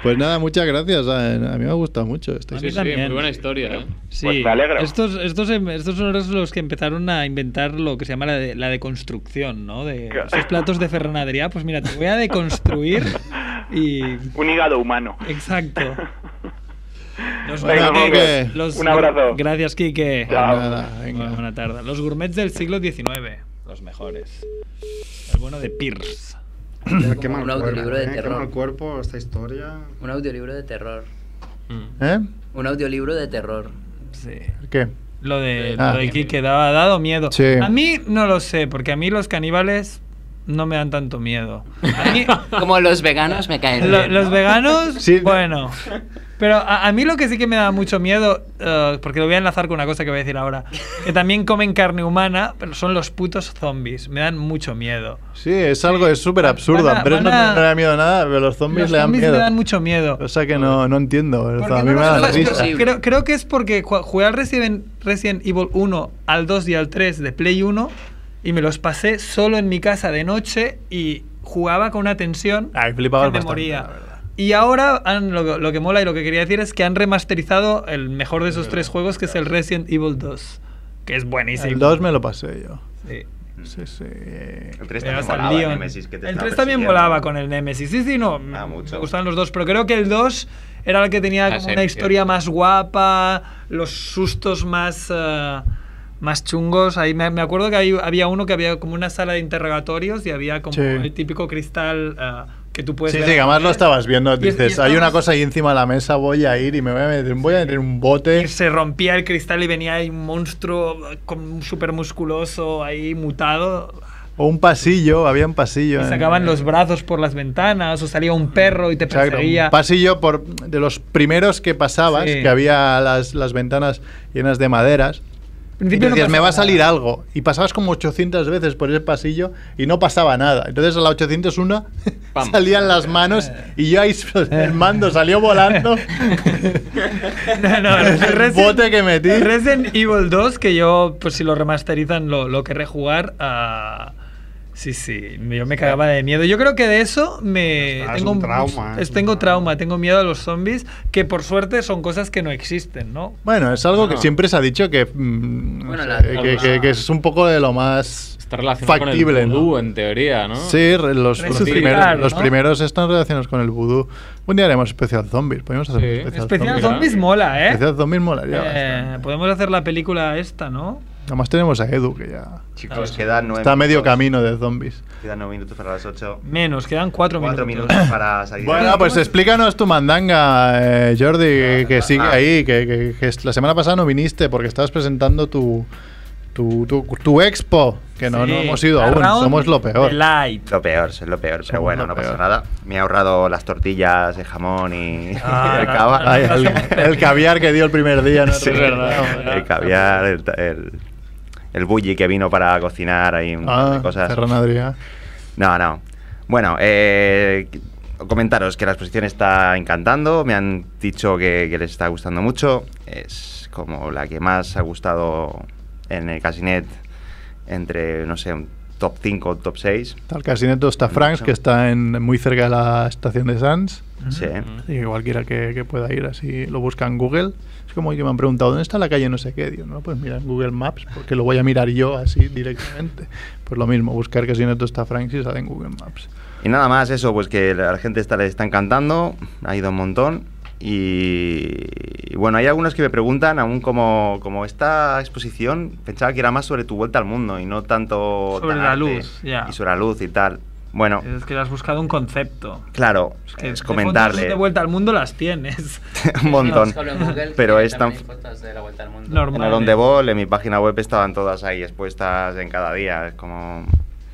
Speaker 4: Pues nada, muchas gracias. A, a mí me ha gustado mucho esto.
Speaker 6: Sí, sí, muy buena historia, ¿eh?
Speaker 8: Sí, Estos, estos, em, estos son los que empezaron a inventar lo que se llama la, de, la deconstrucción, ¿no? De esos platos de ferrenadería, pues mira, te voy
Speaker 11: (laughs)
Speaker 8: a deconstruir y...
Speaker 11: Un hígado humano.
Speaker 8: Exacto. Los
Speaker 11: Venga,
Speaker 8: gourmets-
Speaker 11: Quique, un abrazo.
Speaker 8: Gracias, Quique.
Speaker 11: Chao.
Speaker 4: Ah,
Speaker 8: Buena, buena tarde. Los gourmets del siglo XIX, los mejores. El bueno de Pierce.
Speaker 1: qué mal
Speaker 9: Un audiolibro
Speaker 1: cuerpo,
Speaker 9: de
Speaker 1: ¿eh? Qué
Speaker 9: terror.
Speaker 1: mal cuerpo esta historia.
Speaker 9: Un audiolibro de terror.
Speaker 4: ¿Eh?
Speaker 9: Un audiolibro de terror.
Speaker 8: Sí.
Speaker 4: ¿Qué?
Speaker 8: Lo de,
Speaker 4: Ah.
Speaker 8: lo del Quique daba dado miedo.
Speaker 4: Sí.
Speaker 8: A mí no lo sé, porque a mí los caníbales no me dan tanto miedo.
Speaker 4: (laughs)
Speaker 9: Como los veganos me caen.
Speaker 8: Lo-
Speaker 9: bien, ¿no?
Speaker 8: Los veganos, bueno. Pero a, a mí lo que sí que me da mucho miedo, eh, porque lo voy a enlazar con una cosa que voy a decir ahora, que también comen carne humana, pero son los putos zombies. Me dan mucho miedo.
Speaker 4: Sí, es algo, es súper absurdo.
Speaker 8: van a-
Speaker 4: Andrés no,
Speaker 8: van
Speaker 4: no
Speaker 8: a-
Speaker 4: le da miedo a nada, pero los zombies,
Speaker 8: Los
Speaker 4: le dan
Speaker 8: zombies
Speaker 4: miedo.
Speaker 8: me dan mucho miedo.
Speaker 4: O sea que no, no entiendo. o sea, a mí me
Speaker 8: No, no,
Speaker 4: da
Speaker 8: no, creo-
Speaker 4: risa.
Speaker 8: creo, creo que es porque ju- jugué al Resident, Resident Evil 1, al 2 y al 3 de Play 1 y me los pasé solo en mi casa de noche y jugaba con una tensión
Speaker 4: Ay, flipabas
Speaker 8: que me
Speaker 4: bastante,
Speaker 8: moría. Y ahora han- lo, lo que mola y lo que quería decir es que han remasterizado el mejor de esos tres juegos, que es el Resident Evil 2, que es buenísimo.
Speaker 4: El 2 me lo pasé yo.
Speaker 8: Sí.
Speaker 4: Sí, sí. El
Speaker 2: tres también
Speaker 8: Pero hasta el
Speaker 2: volaba,
Speaker 8: Leon.
Speaker 2: Nemesis, que te
Speaker 8: El
Speaker 2: estaba
Speaker 8: 3 también
Speaker 2: persiguiendo. Ah,
Speaker 8: volaba con el Nemesis. Sí, sí, no. me- Me gustaban los dos, pero creo que el 2 era el que tenía como una
Speaker 9: esencia.
Speaker 8: historia más guapa, los sustos más. eh, más chungos, ahí me, me acuerdo que ahí había uno que había como una sala de interrogatorios y había como
Speaker 4: Sí.
Speaker 8: el típico cristal eh, que tú puedes
Speaker 4: sí,
Speaker 8: ver.
Speaker 4: sí, que además lo estabas viendo.
Speaker 8: Y es- y
Speaker 4: Dices, hay una
Speaker 8: estabas-
Speaker 4: cosa ahí encima de la mesa, voy a ir y me voy a meter, voy a meter un bote.
Speaker 8: se rompía el cristal y venía ahí un monstruo eh, con súper musculoso ahí mutado
Speaker 4: O un pasillo, había un pasillo.
Speaker 8: y
Speaker 4: en-
Speaker 8: sacaban los brazos por las ventanas o salía un perro y te
Speaker 4: eh. Mm. Exacto,
Speaker 8: perseguía.
Speaker 4: un pasillo por, de los primeros que pasabas,
Speaker 8: Sí.
Speaker 4: que había las, las ventanas llenas de maderas. Y
Speaker 8: principio no
Speaker 4: decías, me
Speaker 8: pasaba
Speaker 4: va a salir
Speaker 8: nada".
Speaker 4: algo. Y pasabas como 800 veces por ese pasillo y no pasaba nada. Entonces a la 801 (laughs) salían las manos y yo ahí el mando salió
Speaker 8: (laughs)
Speaker 4: volando.
Speaker 8: No, no, el Resident,
Speaker 4: bote que metí.
Speaker 8: Resident Evil 2, que yo, pues si lo remasterizan, lo, lo querré jugar. ah, sí, sí, yo me cagaba de miedo. Yo creo que de eso me.
Speaker 1: Está, es
Speaker 8: tengo
Speaker 1: un
Speaker 8: un-
Speaker 1: trauma,
Speaker 8: es-
Speaker 1: es un
Speaker 8: tengo trauma, tengo miedo a los zombies, que por suerte son cosas que no existen, ¿no?
Speaker 4: Bueno, es algo que
Speaker 8: No.
Speaker 4: siempre se ha dicho que, mm, no
Speaker 8: Bueno,
Speaker 4: sé,
Speaker 8: la-
Speaker 4: que, que- que es un poco de lo más
Speaker 6: Está relacionado
Speaker 4: factible.
Speaker 6: con el
Speaker 4: ¿no?
Speaker 6: vudú, en teoría, ¿no?
Speaker 4: Sí, re- los, los
Speaker 6: Resucitar,
Speaker 4: primeros,
Speaker 6: ¿no?
Speaker 4: los primeros están relacionados con el vudú. Un día haremos especial zombies. Podemos hacer
Speaker 6: Sí.
Speaker 4: un especial,
Speaker 8: Especial
Speaker 4: zombies.
Speaker 8: zombies mola, ¿eh?
Speaker 4: Especial zombies molaría
Speaker 8: Eh, podemos hacer la película esta, ¿no?
Speaker 4: Además tenemos a Edu que ya
Speaker 2: Chicos, quedan nueve
Speaker 4: está a medio
Speaker 2: minutos.
Speaker 4: camino de zombies.
Speaker 2: Quedan nueve minutos para las ocho.
Speaker 8: Menos, quedan cuatro,
Speaker 2: Cuatro minutos
Speaker 8: (laughs)
Speaker 2: para salir.
Speaker 4: Bueno, pues explícanos tu mandanga, eh, Jordi, que- que sigue
Speaker 2: ah.
Speaker 4: ahí, que, que- que es- la semana pasada no viniste porque estabas presentando tu, tu, tu, tu expo, que no,
Speaker 8: Sí,
Speaker 4: no hemos ido aún,
Speaker 8: Around
Speaker 4: somos lo peor.
Speaker 8: the Light.
Speaker 2: Lo peor, es lo peor, pero bueno, no pasa nada. Me he ahorrado las tortillas de jamón (laughs) y
Speaker 4: Ah,
Speaker 2: el cava.
Speaker 4: (laughs) Ay, el, el caviar que dio el primer día, no
Speaker 2: Sí,
Speaker 4: es verdad.
Speaker 2: el caviar, el, el, el bulli que vino para cocinar, hay un montón
Speaker 4: Ah,
Speaker 2: de cosas.
Speaker 4: Ferran Adrià.
Speaker 2: No, no. Bueno, eh, comentaros que la exposición está encantando, me han dicho que, que les está gustando mucho, es como la que más ha gustado en el Casinet, entre, no sé, un top 5 o top 6.
Speaker 4: Está el Casineto, está Franks, que está en, muy cerca de la estación de Sanz.
Speaker 2: Sí.
Speaker 4: Y cualquiera que, que pueda ir así lo busca en Google. Es como que me han preguntado, ¿dónde está la calle no sé qué? Digo, no, pues mira en Google Maps, porque lo voy a mirar yo así directamente. Pues lo mismo, buscar Casineto está Franks y sale en Google Maps.
Speaker 2: Y nada más, eso, pues que la gente está, les está encantando, ha ido un montón. Y, y bueno, hay algunos que me preguntan, aún como, como esta exposición, pensaba que era más sobre tu vuelta al mundo y no tanto.
Speaker 8: Sobre
Speaker 2: tan
Speaker 8: la
Speaker 2: arte
Speaker 8: luz, ya.
Speaker 2: Y sobre la luz y tal. Bueno,
Speaker 8: Es que has buscado un concepto.
Speaker 2: claro, es,
Speaker 8: Que Eh, de fotos
Speaker 2: comentarle (laughs)
Speaker 8: De vuelta al mundo las tienes. (laughs)
Speaker 2: un montón. (laughs)
Speaker 9: Solo en Google,
Speaker 2: Pero
Speaker 9: que
Speaker 2: es tan.
Speaker 9: también hay fotos de la vuelta al mundo.
Speaker 2: En
Speaker 8: Normal.
Speaker 2: el On The Ball, en mi página web estaban todas ahí expuestas en cada día, es como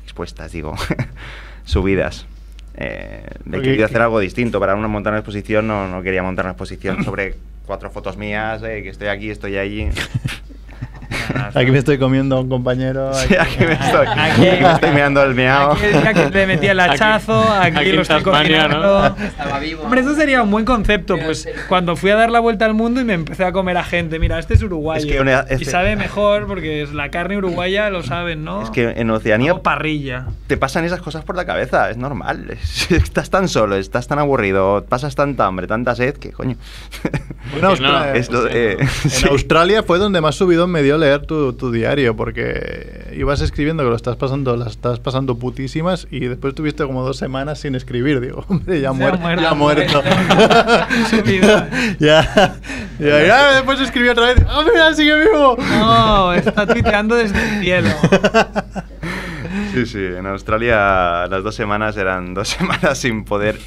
Speaker 2: expuestas, digo, (laughs) subidas. Eh, he
Speaker 4: Porque-
Speaker 2: querido hacer algo distinto, para no montar una exposición no, no quería montar una exposición sobre cuatro fotos mías, eh, que estoy aquí, estoy allí. (laughs)
Speaker 4: Aquí me estoy comiendo a un compañero.
Speaker 2: Ah, Sí, aquí me estoy, aquí me estoy meando el meao.
Speaker 8: Aquí el
Speaker 2: (laughs)
Speaker 8: día que te metí el hachazo, aquí,
Speaker 2: aquí en
Speaker 8: lo estoy
Speaker 2: Tasmania,
Speaker 8: cocinando.
Speaker 2: ¿no?
Speaker 9: Estaba vivo.
Speaker 8: Hombre, eso sería un buen concepto. Pues cuando fui a dar la vuelta al mundo y me empecé a comer a gente. Mira, este es uruguayo.
Speaker 2: Es que una-
Speaker 8: Y
Speaker 2: este-
Speaker 8: sabe mejor porque es la carne uruguaya, lo saben, ¿no?
Speaker 2: Es que en Oceanía
Speaker 8: parrilla.
Speaker 2: te pasan esas cosas por la cabeza, es normal. (laughs) estás tan solo, estás tan aburrido, pasas tanta hambre, tanta sed, que coño. (laughs)
Speaker 4: En Australia,
Speaker 2: Es lo- eh,
Speaker 4: (laughs)
Speaker 2: (laughs) sí.
Speaker 4: en Australia fue donde más subidón me dio leer tu, tu diario, porque ibas escribiendo que lo estás pasando, las estás pasando putísimas y después tuviste como dos semanas sin escribir. Digo, (laughs) hombre, ya, muerto,
Speaker 8: muerto.
Speaker 4: ya
Speaker 8: (laughs)
Speaker 4: muerto.
Speaker 8: Subidón.
Speaker 4: (laughs) ya, ya, ya, después escribí otra vez. ¡Ah, mira, sigue vivo!
Speaker 8: No, está tuiteando desde el cielo.
Speaker 2: Sí, sí, en Australia las (laughs) dos semanas eran dos semanas sin poder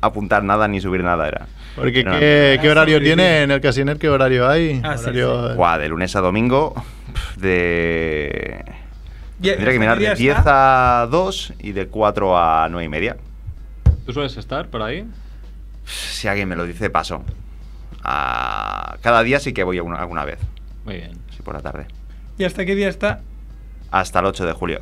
Speaker 2: apuntar nada ni subir nada. Era.
Speaker 4: (laughs) Porque ¿qué, qué horario tiene en el casiner? ¿Qué horario hay?
Speaker 8: Ah, sí,
Speaker 4: Horario-
Speaker 2: Guau, de lunes a domingo, pf, de.
Speaker 8: Ye-
Speaker 2: Tendría que mirar de
Speaker 6: ¿Mediodía
Speaker 2: 10
Speaker 6: está?
Speaker 2: a 2 y de 4 a 9 y media.
Speaker 6: ¿Tú sueles estar por ahí?
Speaker 2: Si alguien me lo dice, paso. Ah, cada día sí que voy alguna, alguna vez.
Speaker 6: Muy bien.
Speaker 2: Sí, por la tarde.
Speaker 8: ¿Y hasta qué día está?
Speaker 2: Hasta el 8 de julio.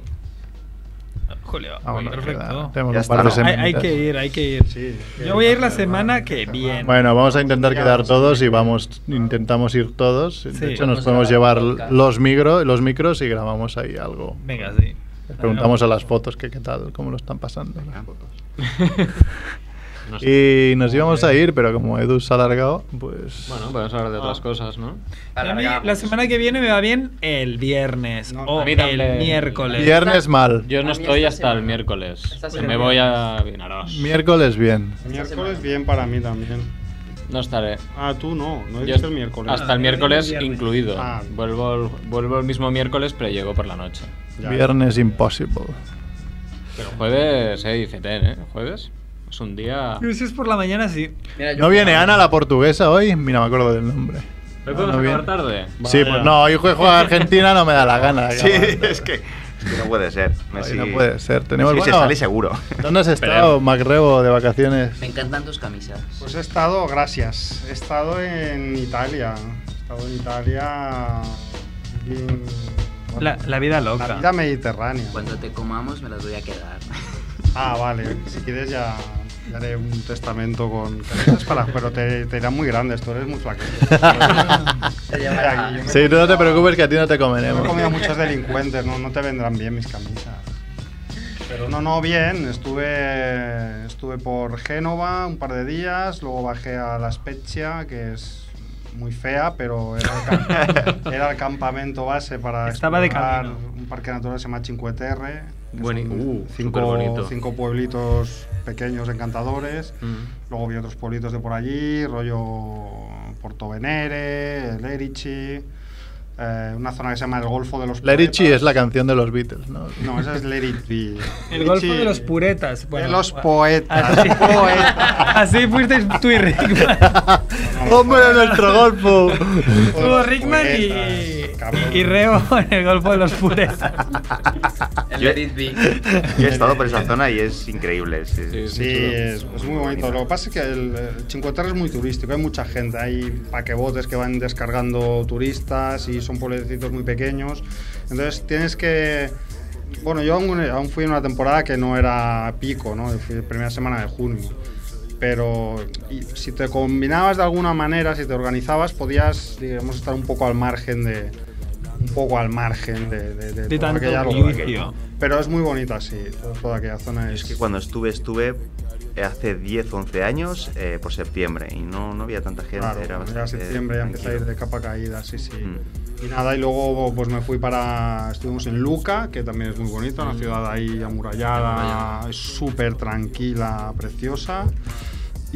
Speaker 8: Julio.
Speaker 4: Vámonos,
Speaker 8: perfecto.
Speaker 4: queda- tenemos
Speaker 2: Ya
Speaker 4: un
Speaker 2: está,
Speaker 4: par de
Speaker 2: ¿no?
Speaker 8: Hay,
Speaker 4: semanitas.
Speaker 8: hay que ir, hay que ir. Yo voy a ir la semana que viene.
Speaker 4: Bueno, vamos a intentar quedar todos y vamos, intentamos ir todos. De
Speaker 8: Sí.
Speaker 4: hecho, nos
Speaker 8: Vamos a
Speaker 4: podemos
Speaker 8: grabar
Speaker 4: llevar
Speaker 8: el podcast.
Speaker 4: los, micro, los micros y grabamos ahí algo.
Speaker 8: Venga, sí.
Speaker 4: Les preguntamos a las fotos que qué tal, cómo lo están pasando. las fotos.
Speaker 6: No sé.
Speaker 4: y nos íbamos a ir, pero como Edu se ha alargado, pues...
Speaker 6: Bueno, podemos hablar de otras cosas, ¿no?
Speaker 8: A mí la semana que viene me va bien el viernes o
Speaker 6: a mí
Speaker 8: el
Speaker 6: también.
Speaker 8: miércoles.
Speaker 4: Viernes mal.
Speaker 6: Yo no
Speaker 8: A mí
Speaker 6: estoy
Speaker 8: esta
Speaker 6: hasta el miércoles.
Speaker 8: Esta
Speaker 6: Me
Speaker 8: semana.
Speaker 6: voy a Vinaros.
Speaker 4: Miércoles bien.
Speaker 1: Miércoles bien para mí también.
Speaker 6: No estaré.
Speaker 1: Ah, tú no, no
Speaker 6: Yo
Speaker 1: dijiste el miércoles.
Speaker 6: Hasta Ah, el miércoles incluido.
Speaker 1: Ah,
Speaker 6: Vuelvo, el- vuelvo el mismo miércoles, pero llego por la noche.
Speaker 4: Viernes impossible.
Speaker 6: Pero jueves, eh, ICTN, ¿eh? Jueves es un día.
Speaker 8: Y Si es por la mañana, sí.
Speaker 4: ¿No viene Ana la portuguesa hoy? Mira, me acuerdo del nombre.
Speaker 6: Hoy
Speaker 1: Ah,
Speaker 6: podemos
Speaker 4: no
Speaker 6: acabar
Speaker 4: viene.
Speaker 6: tarde.
Speaker 4: Sí, pues no, hoy juega Argentina, no me da la gana.
Speaker 2: Sí,
Speaker 4: cabrón.
Speaker 2: (laughs) es que, es que no puede ser. Messi-
Speaker 4: no puede ser, tenemos-
Speaker 2: Messi
Speaker 4: bueno.
Speaker 2: se sale seguro.
Speaker 4: ¿Dónde has estado, Macrebo, de vacaciones?
Speaker 9: Me encantan tus camisas.
Speaker 1: Pues he estado, gracias. He estado en Italia. He estado en Italia. y en-
Speaker 8: La, la vida loca.
Speaker 1: La vida mediterránea.
Speaker 9: Cuando te comamos me las voy a (laughs) quedar.
Speaker 1: Ah, vale. Si quieres ya, ya haré un testamento con camisas para, pero te, te irán muy grandes, tú eres muy flaquito.
Speaker 4: (laughs)
Speaker 1: Mira, yo me-
Speaker 4: Sí, tú no te preocupes que a ti no te
Speaker 1: Yo he comido
Speaker 4: comeremos.
Speaker 1: muchos delincuentes, no, no te vendrán bien mis camisas. Pero no, no, bien. Estuve, estuve por Génova un par de días, luego bajé a La Spezia, que es muy fea, pero era el, cam- era el campamento base para
Speaker 8: Estaba de
Speaker 1: explorar
Speaker 8: camino.
Speaker 1: un parque natural que se llama Cinque Terre. que
Speaker 6: Bueno,
Speaker 1: son
Speaker 6: uh,
Speaker 1: cinco,
Speaker 6: superbonito. Mm.
Speaker 1: cinco pueblitos pequeños encantadores. Luego vi otros pueblitos de por allí, rollo Portovenere, Lerici, eh, una zona que se llama el Golfo de los
Speaker 4: Lerici
Speaker 1: Poetas.
Speaker 4: es la canción de los Beatles, ¿no?
Speaker 1: No, esa es Lerici.
Speaker 8: El golfo de los puretas. Bueno,
Speaker 1: los poetas.
Speaker 8: Así, (laughs) así fuisteis tú y Rickman.
Speaker 4: (laughs) ¡Hombre de nuestro golfo!
Speaker 8: Estuvo Rickman y, y Reo en el golfo de los puretas.
Speaker 2: Yo, (laughs) yo he estado por esa zona y es increíble. es- es-
Speaker 1: Sí, es, es muy bonito. Lo que pasa es que el, el Cinque Terre es muy turístico, hay mucha gente, hay paquebotes que van descargando turistas y son pueblecitos muy pequeños. Entonces tienes que... Bueno, yo aún, aún fui en una temporada que no era pico, ¿no? Yo Fui la primera semana de junio. Pero y si te combinabas de alguna manera, si te organizabas, podías, digamos, estar un poco al margen de... Un poco al margen de, de, de
Speaker 8: De
Speaker 1: toda
Speaker 8: tanto
Speaker 1: aquella locura.
Speaker 8: bullicio.
Speaker 1: Pero es muy bonita, sí. Toda aquella zona es...
Speaker 2: Es que cuando estuve, estuve eh, hace 10, 11 años eh, por septiembre y no, no había tanta gente.
Speaker 1: Claro,
Speaker 2: era
Speaker 1: ya
Speaker 2: bastante
Speaker 1: septiembre ya empecé a ir
Speaker 2: tranquilo. Mm.
Speaker 1: de capa caída, sí, sí. Y nada, y luego pues me fui para... Estuvimos en Luca, que también es muy bonito,
Speaker 2: Mm.
Speaker 1: una ciudad ahí amurallada, es súper tranquila, preciosa.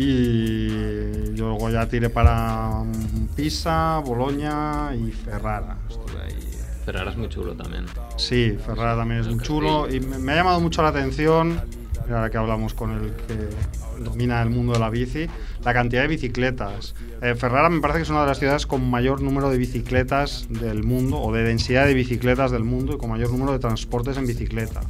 Speaker 1: Y yo luego ya tiré para mm, Pisa, Boloña y Ferrara.
Speaker 6: Pues
Speaker 1: Estuve ahí.
Speaker 6: Ferrara eh. es muy chulo también.
Speaker 1: Sí, Ferrara también es muy chulo y me, me ha llamado mucho la atención, mira, ahora que hablamos con el que domina el mundo de la bici, la cantidad de bicicletas. Eh, Ferrara me parece que es una de las ciudades con mayor número de bicicletas del mundo o de densidad de bicicletas del mundo y con mayor número de transportes en bicicleta.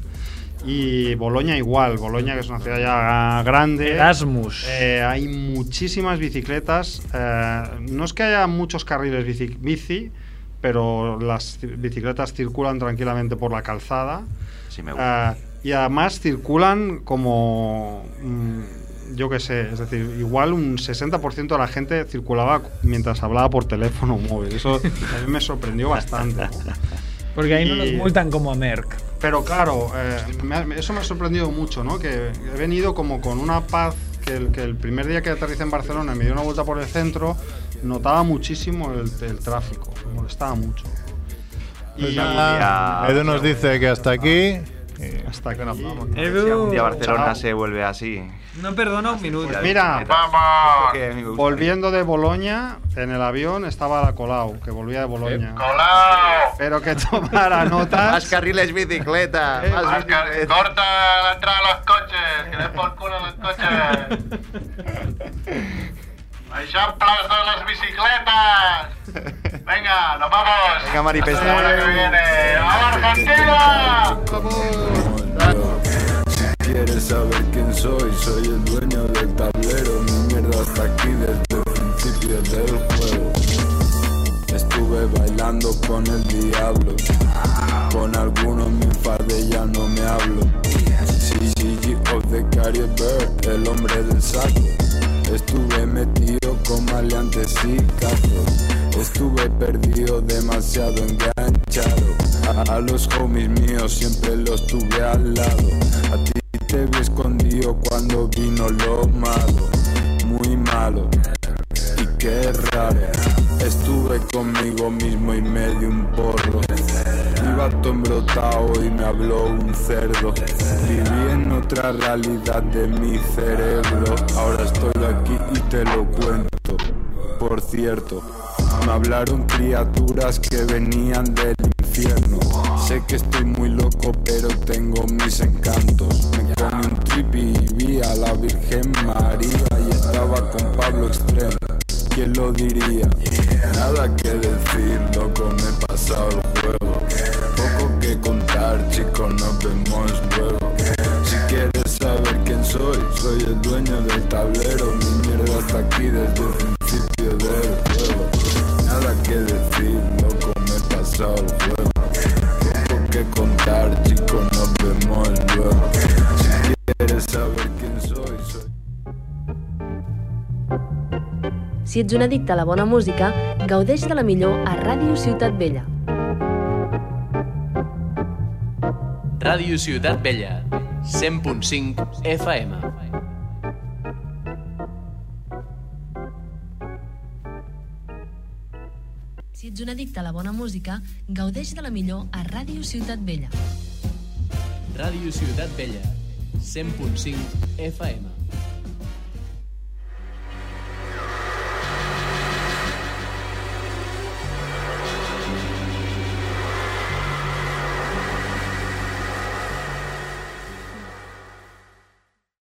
Speaker 1: Y Boloña igual, Boloña que es una ciudad ya grande.
Speaker 8: Erasmus.
Speaker 1: Eh, hay muchísimas bicicletas. eh, no es que haya muchos carriles bici, bici, pero las ci- bicicletas circulan tranquilamente por la calzada.
Speaker 2: Sí, me
Speaker 1: Ah, y además circulan como, mm, yo qué sé, es decir, igual un 60% de la gente circulaba mientras hablaba por teléfono (laughs) móvil. Eso a mí me sorprendió bastante. ¿no?
Speaker 8: Porque ahí no
Speaker 1: Y-
Speaker 8: nos multan como a Merck.
Speaker 1: Pero claro, eh, me ha- me- eso me ha sorprendido mucho, ¿no? Que he venido como con una paz que el, que el primer día que aterricé en Barcelona y me di una vuelta por el centro, notaba muchísimo el, el tráfico, me molestaba mucho.
Speaker 4: Pues nada, Edu nos dice que hasta aquí. Hasta
Speaker 1: que nos vamos.
Speaker 2: Si
Speaker 8: Edu.
Speaker 2: algún día Barcelona
Speaker 1: Chao.
Speaker 2: se vuelve así.
Speaker 8: No perdona un minuto.
Speaker 1: Pues mira,
Speaker 5: Vamos.
Speaker 2: Que a mí me gusta.
Speaker 1: volviendo de Boloña, en el avión estaba la Colau, que volvía de Boloña.
Speaker 5: ¡Colao!
Speaker 1: Pero que (laughs) tomara notas.
Speaker 2: Más carriles bicicleta.
Speaker 1: Eh,
Speaker 2: más
Speaker 1: más
Speaker 2: bicicleta.
Speaker 5: Corta
Speaker 4: (laughs)
Speaker 5: la entrada a los coches, que les por culo a los coches.
Speaker 4: ¡Eixamplas de las bicicletas! Venga, nos vamos.
Speaker 2: Venga, Mari
Speaker 4: Hasta la
Speaker 2: Pestaña.
Speaker 4: semana que viene. ¡A Argentina!
Speaker 9: ¿Quieres saber quién soy? Soy el dueño del tablero. Mi mierda está aquí desde el principio del juego. Estuve bailando con el diablo. Con algunos me enfadé, ya no me hablo. CCG of the Carrier Bird, el hombre del saco. Estuve metido con maleantes y cazos. Estuve perdido, demasiado enganchado. A, a los homies míos siempre los tuve al lado. A ti te vi escondido cuando vino lo malo. Muy malo. Y qué raro. Estuve conmigo mismo y me di un porro. Mi vato embrotado y me habló un cerdo. Viví en otra realidad de mi cerebro. Ahora estoy aquí y te lo cuento. Por cierto, me hablaron criaturas que venían del infierno. Sé que estoy muy loco, pero tengo mis encantos. Me comí un trip y vi a la Virgen María y estaba con Pablo Extremo. ¿Quién lo diría? Nada que decir, loco, me he pasado el juego. Poco que contar, chicos, nos vemos luego. Si quieres saber quién soy, soy el dueño del tablero. Mi mierda está aquí desde el principio del juego. Nada que decir, loco, me he pasado el juego. Poco que contar, chicos, nos vemos luego. Si quieres saber quién soy, soy.
Speaker 7: Si ets un addicte a la bona música, gaudeix de la millor a Ràdio Ciutat Vella.
Speaker 6: Ràdio Ciutat Vella, 100.5 FM.
Speaker 7: Si ets un addicte a la bona música, gaudeix de la millor a Ràdio Ciutat Vella.
Speaker 6: Ràdio Ciutat Vella, 100.5 FM.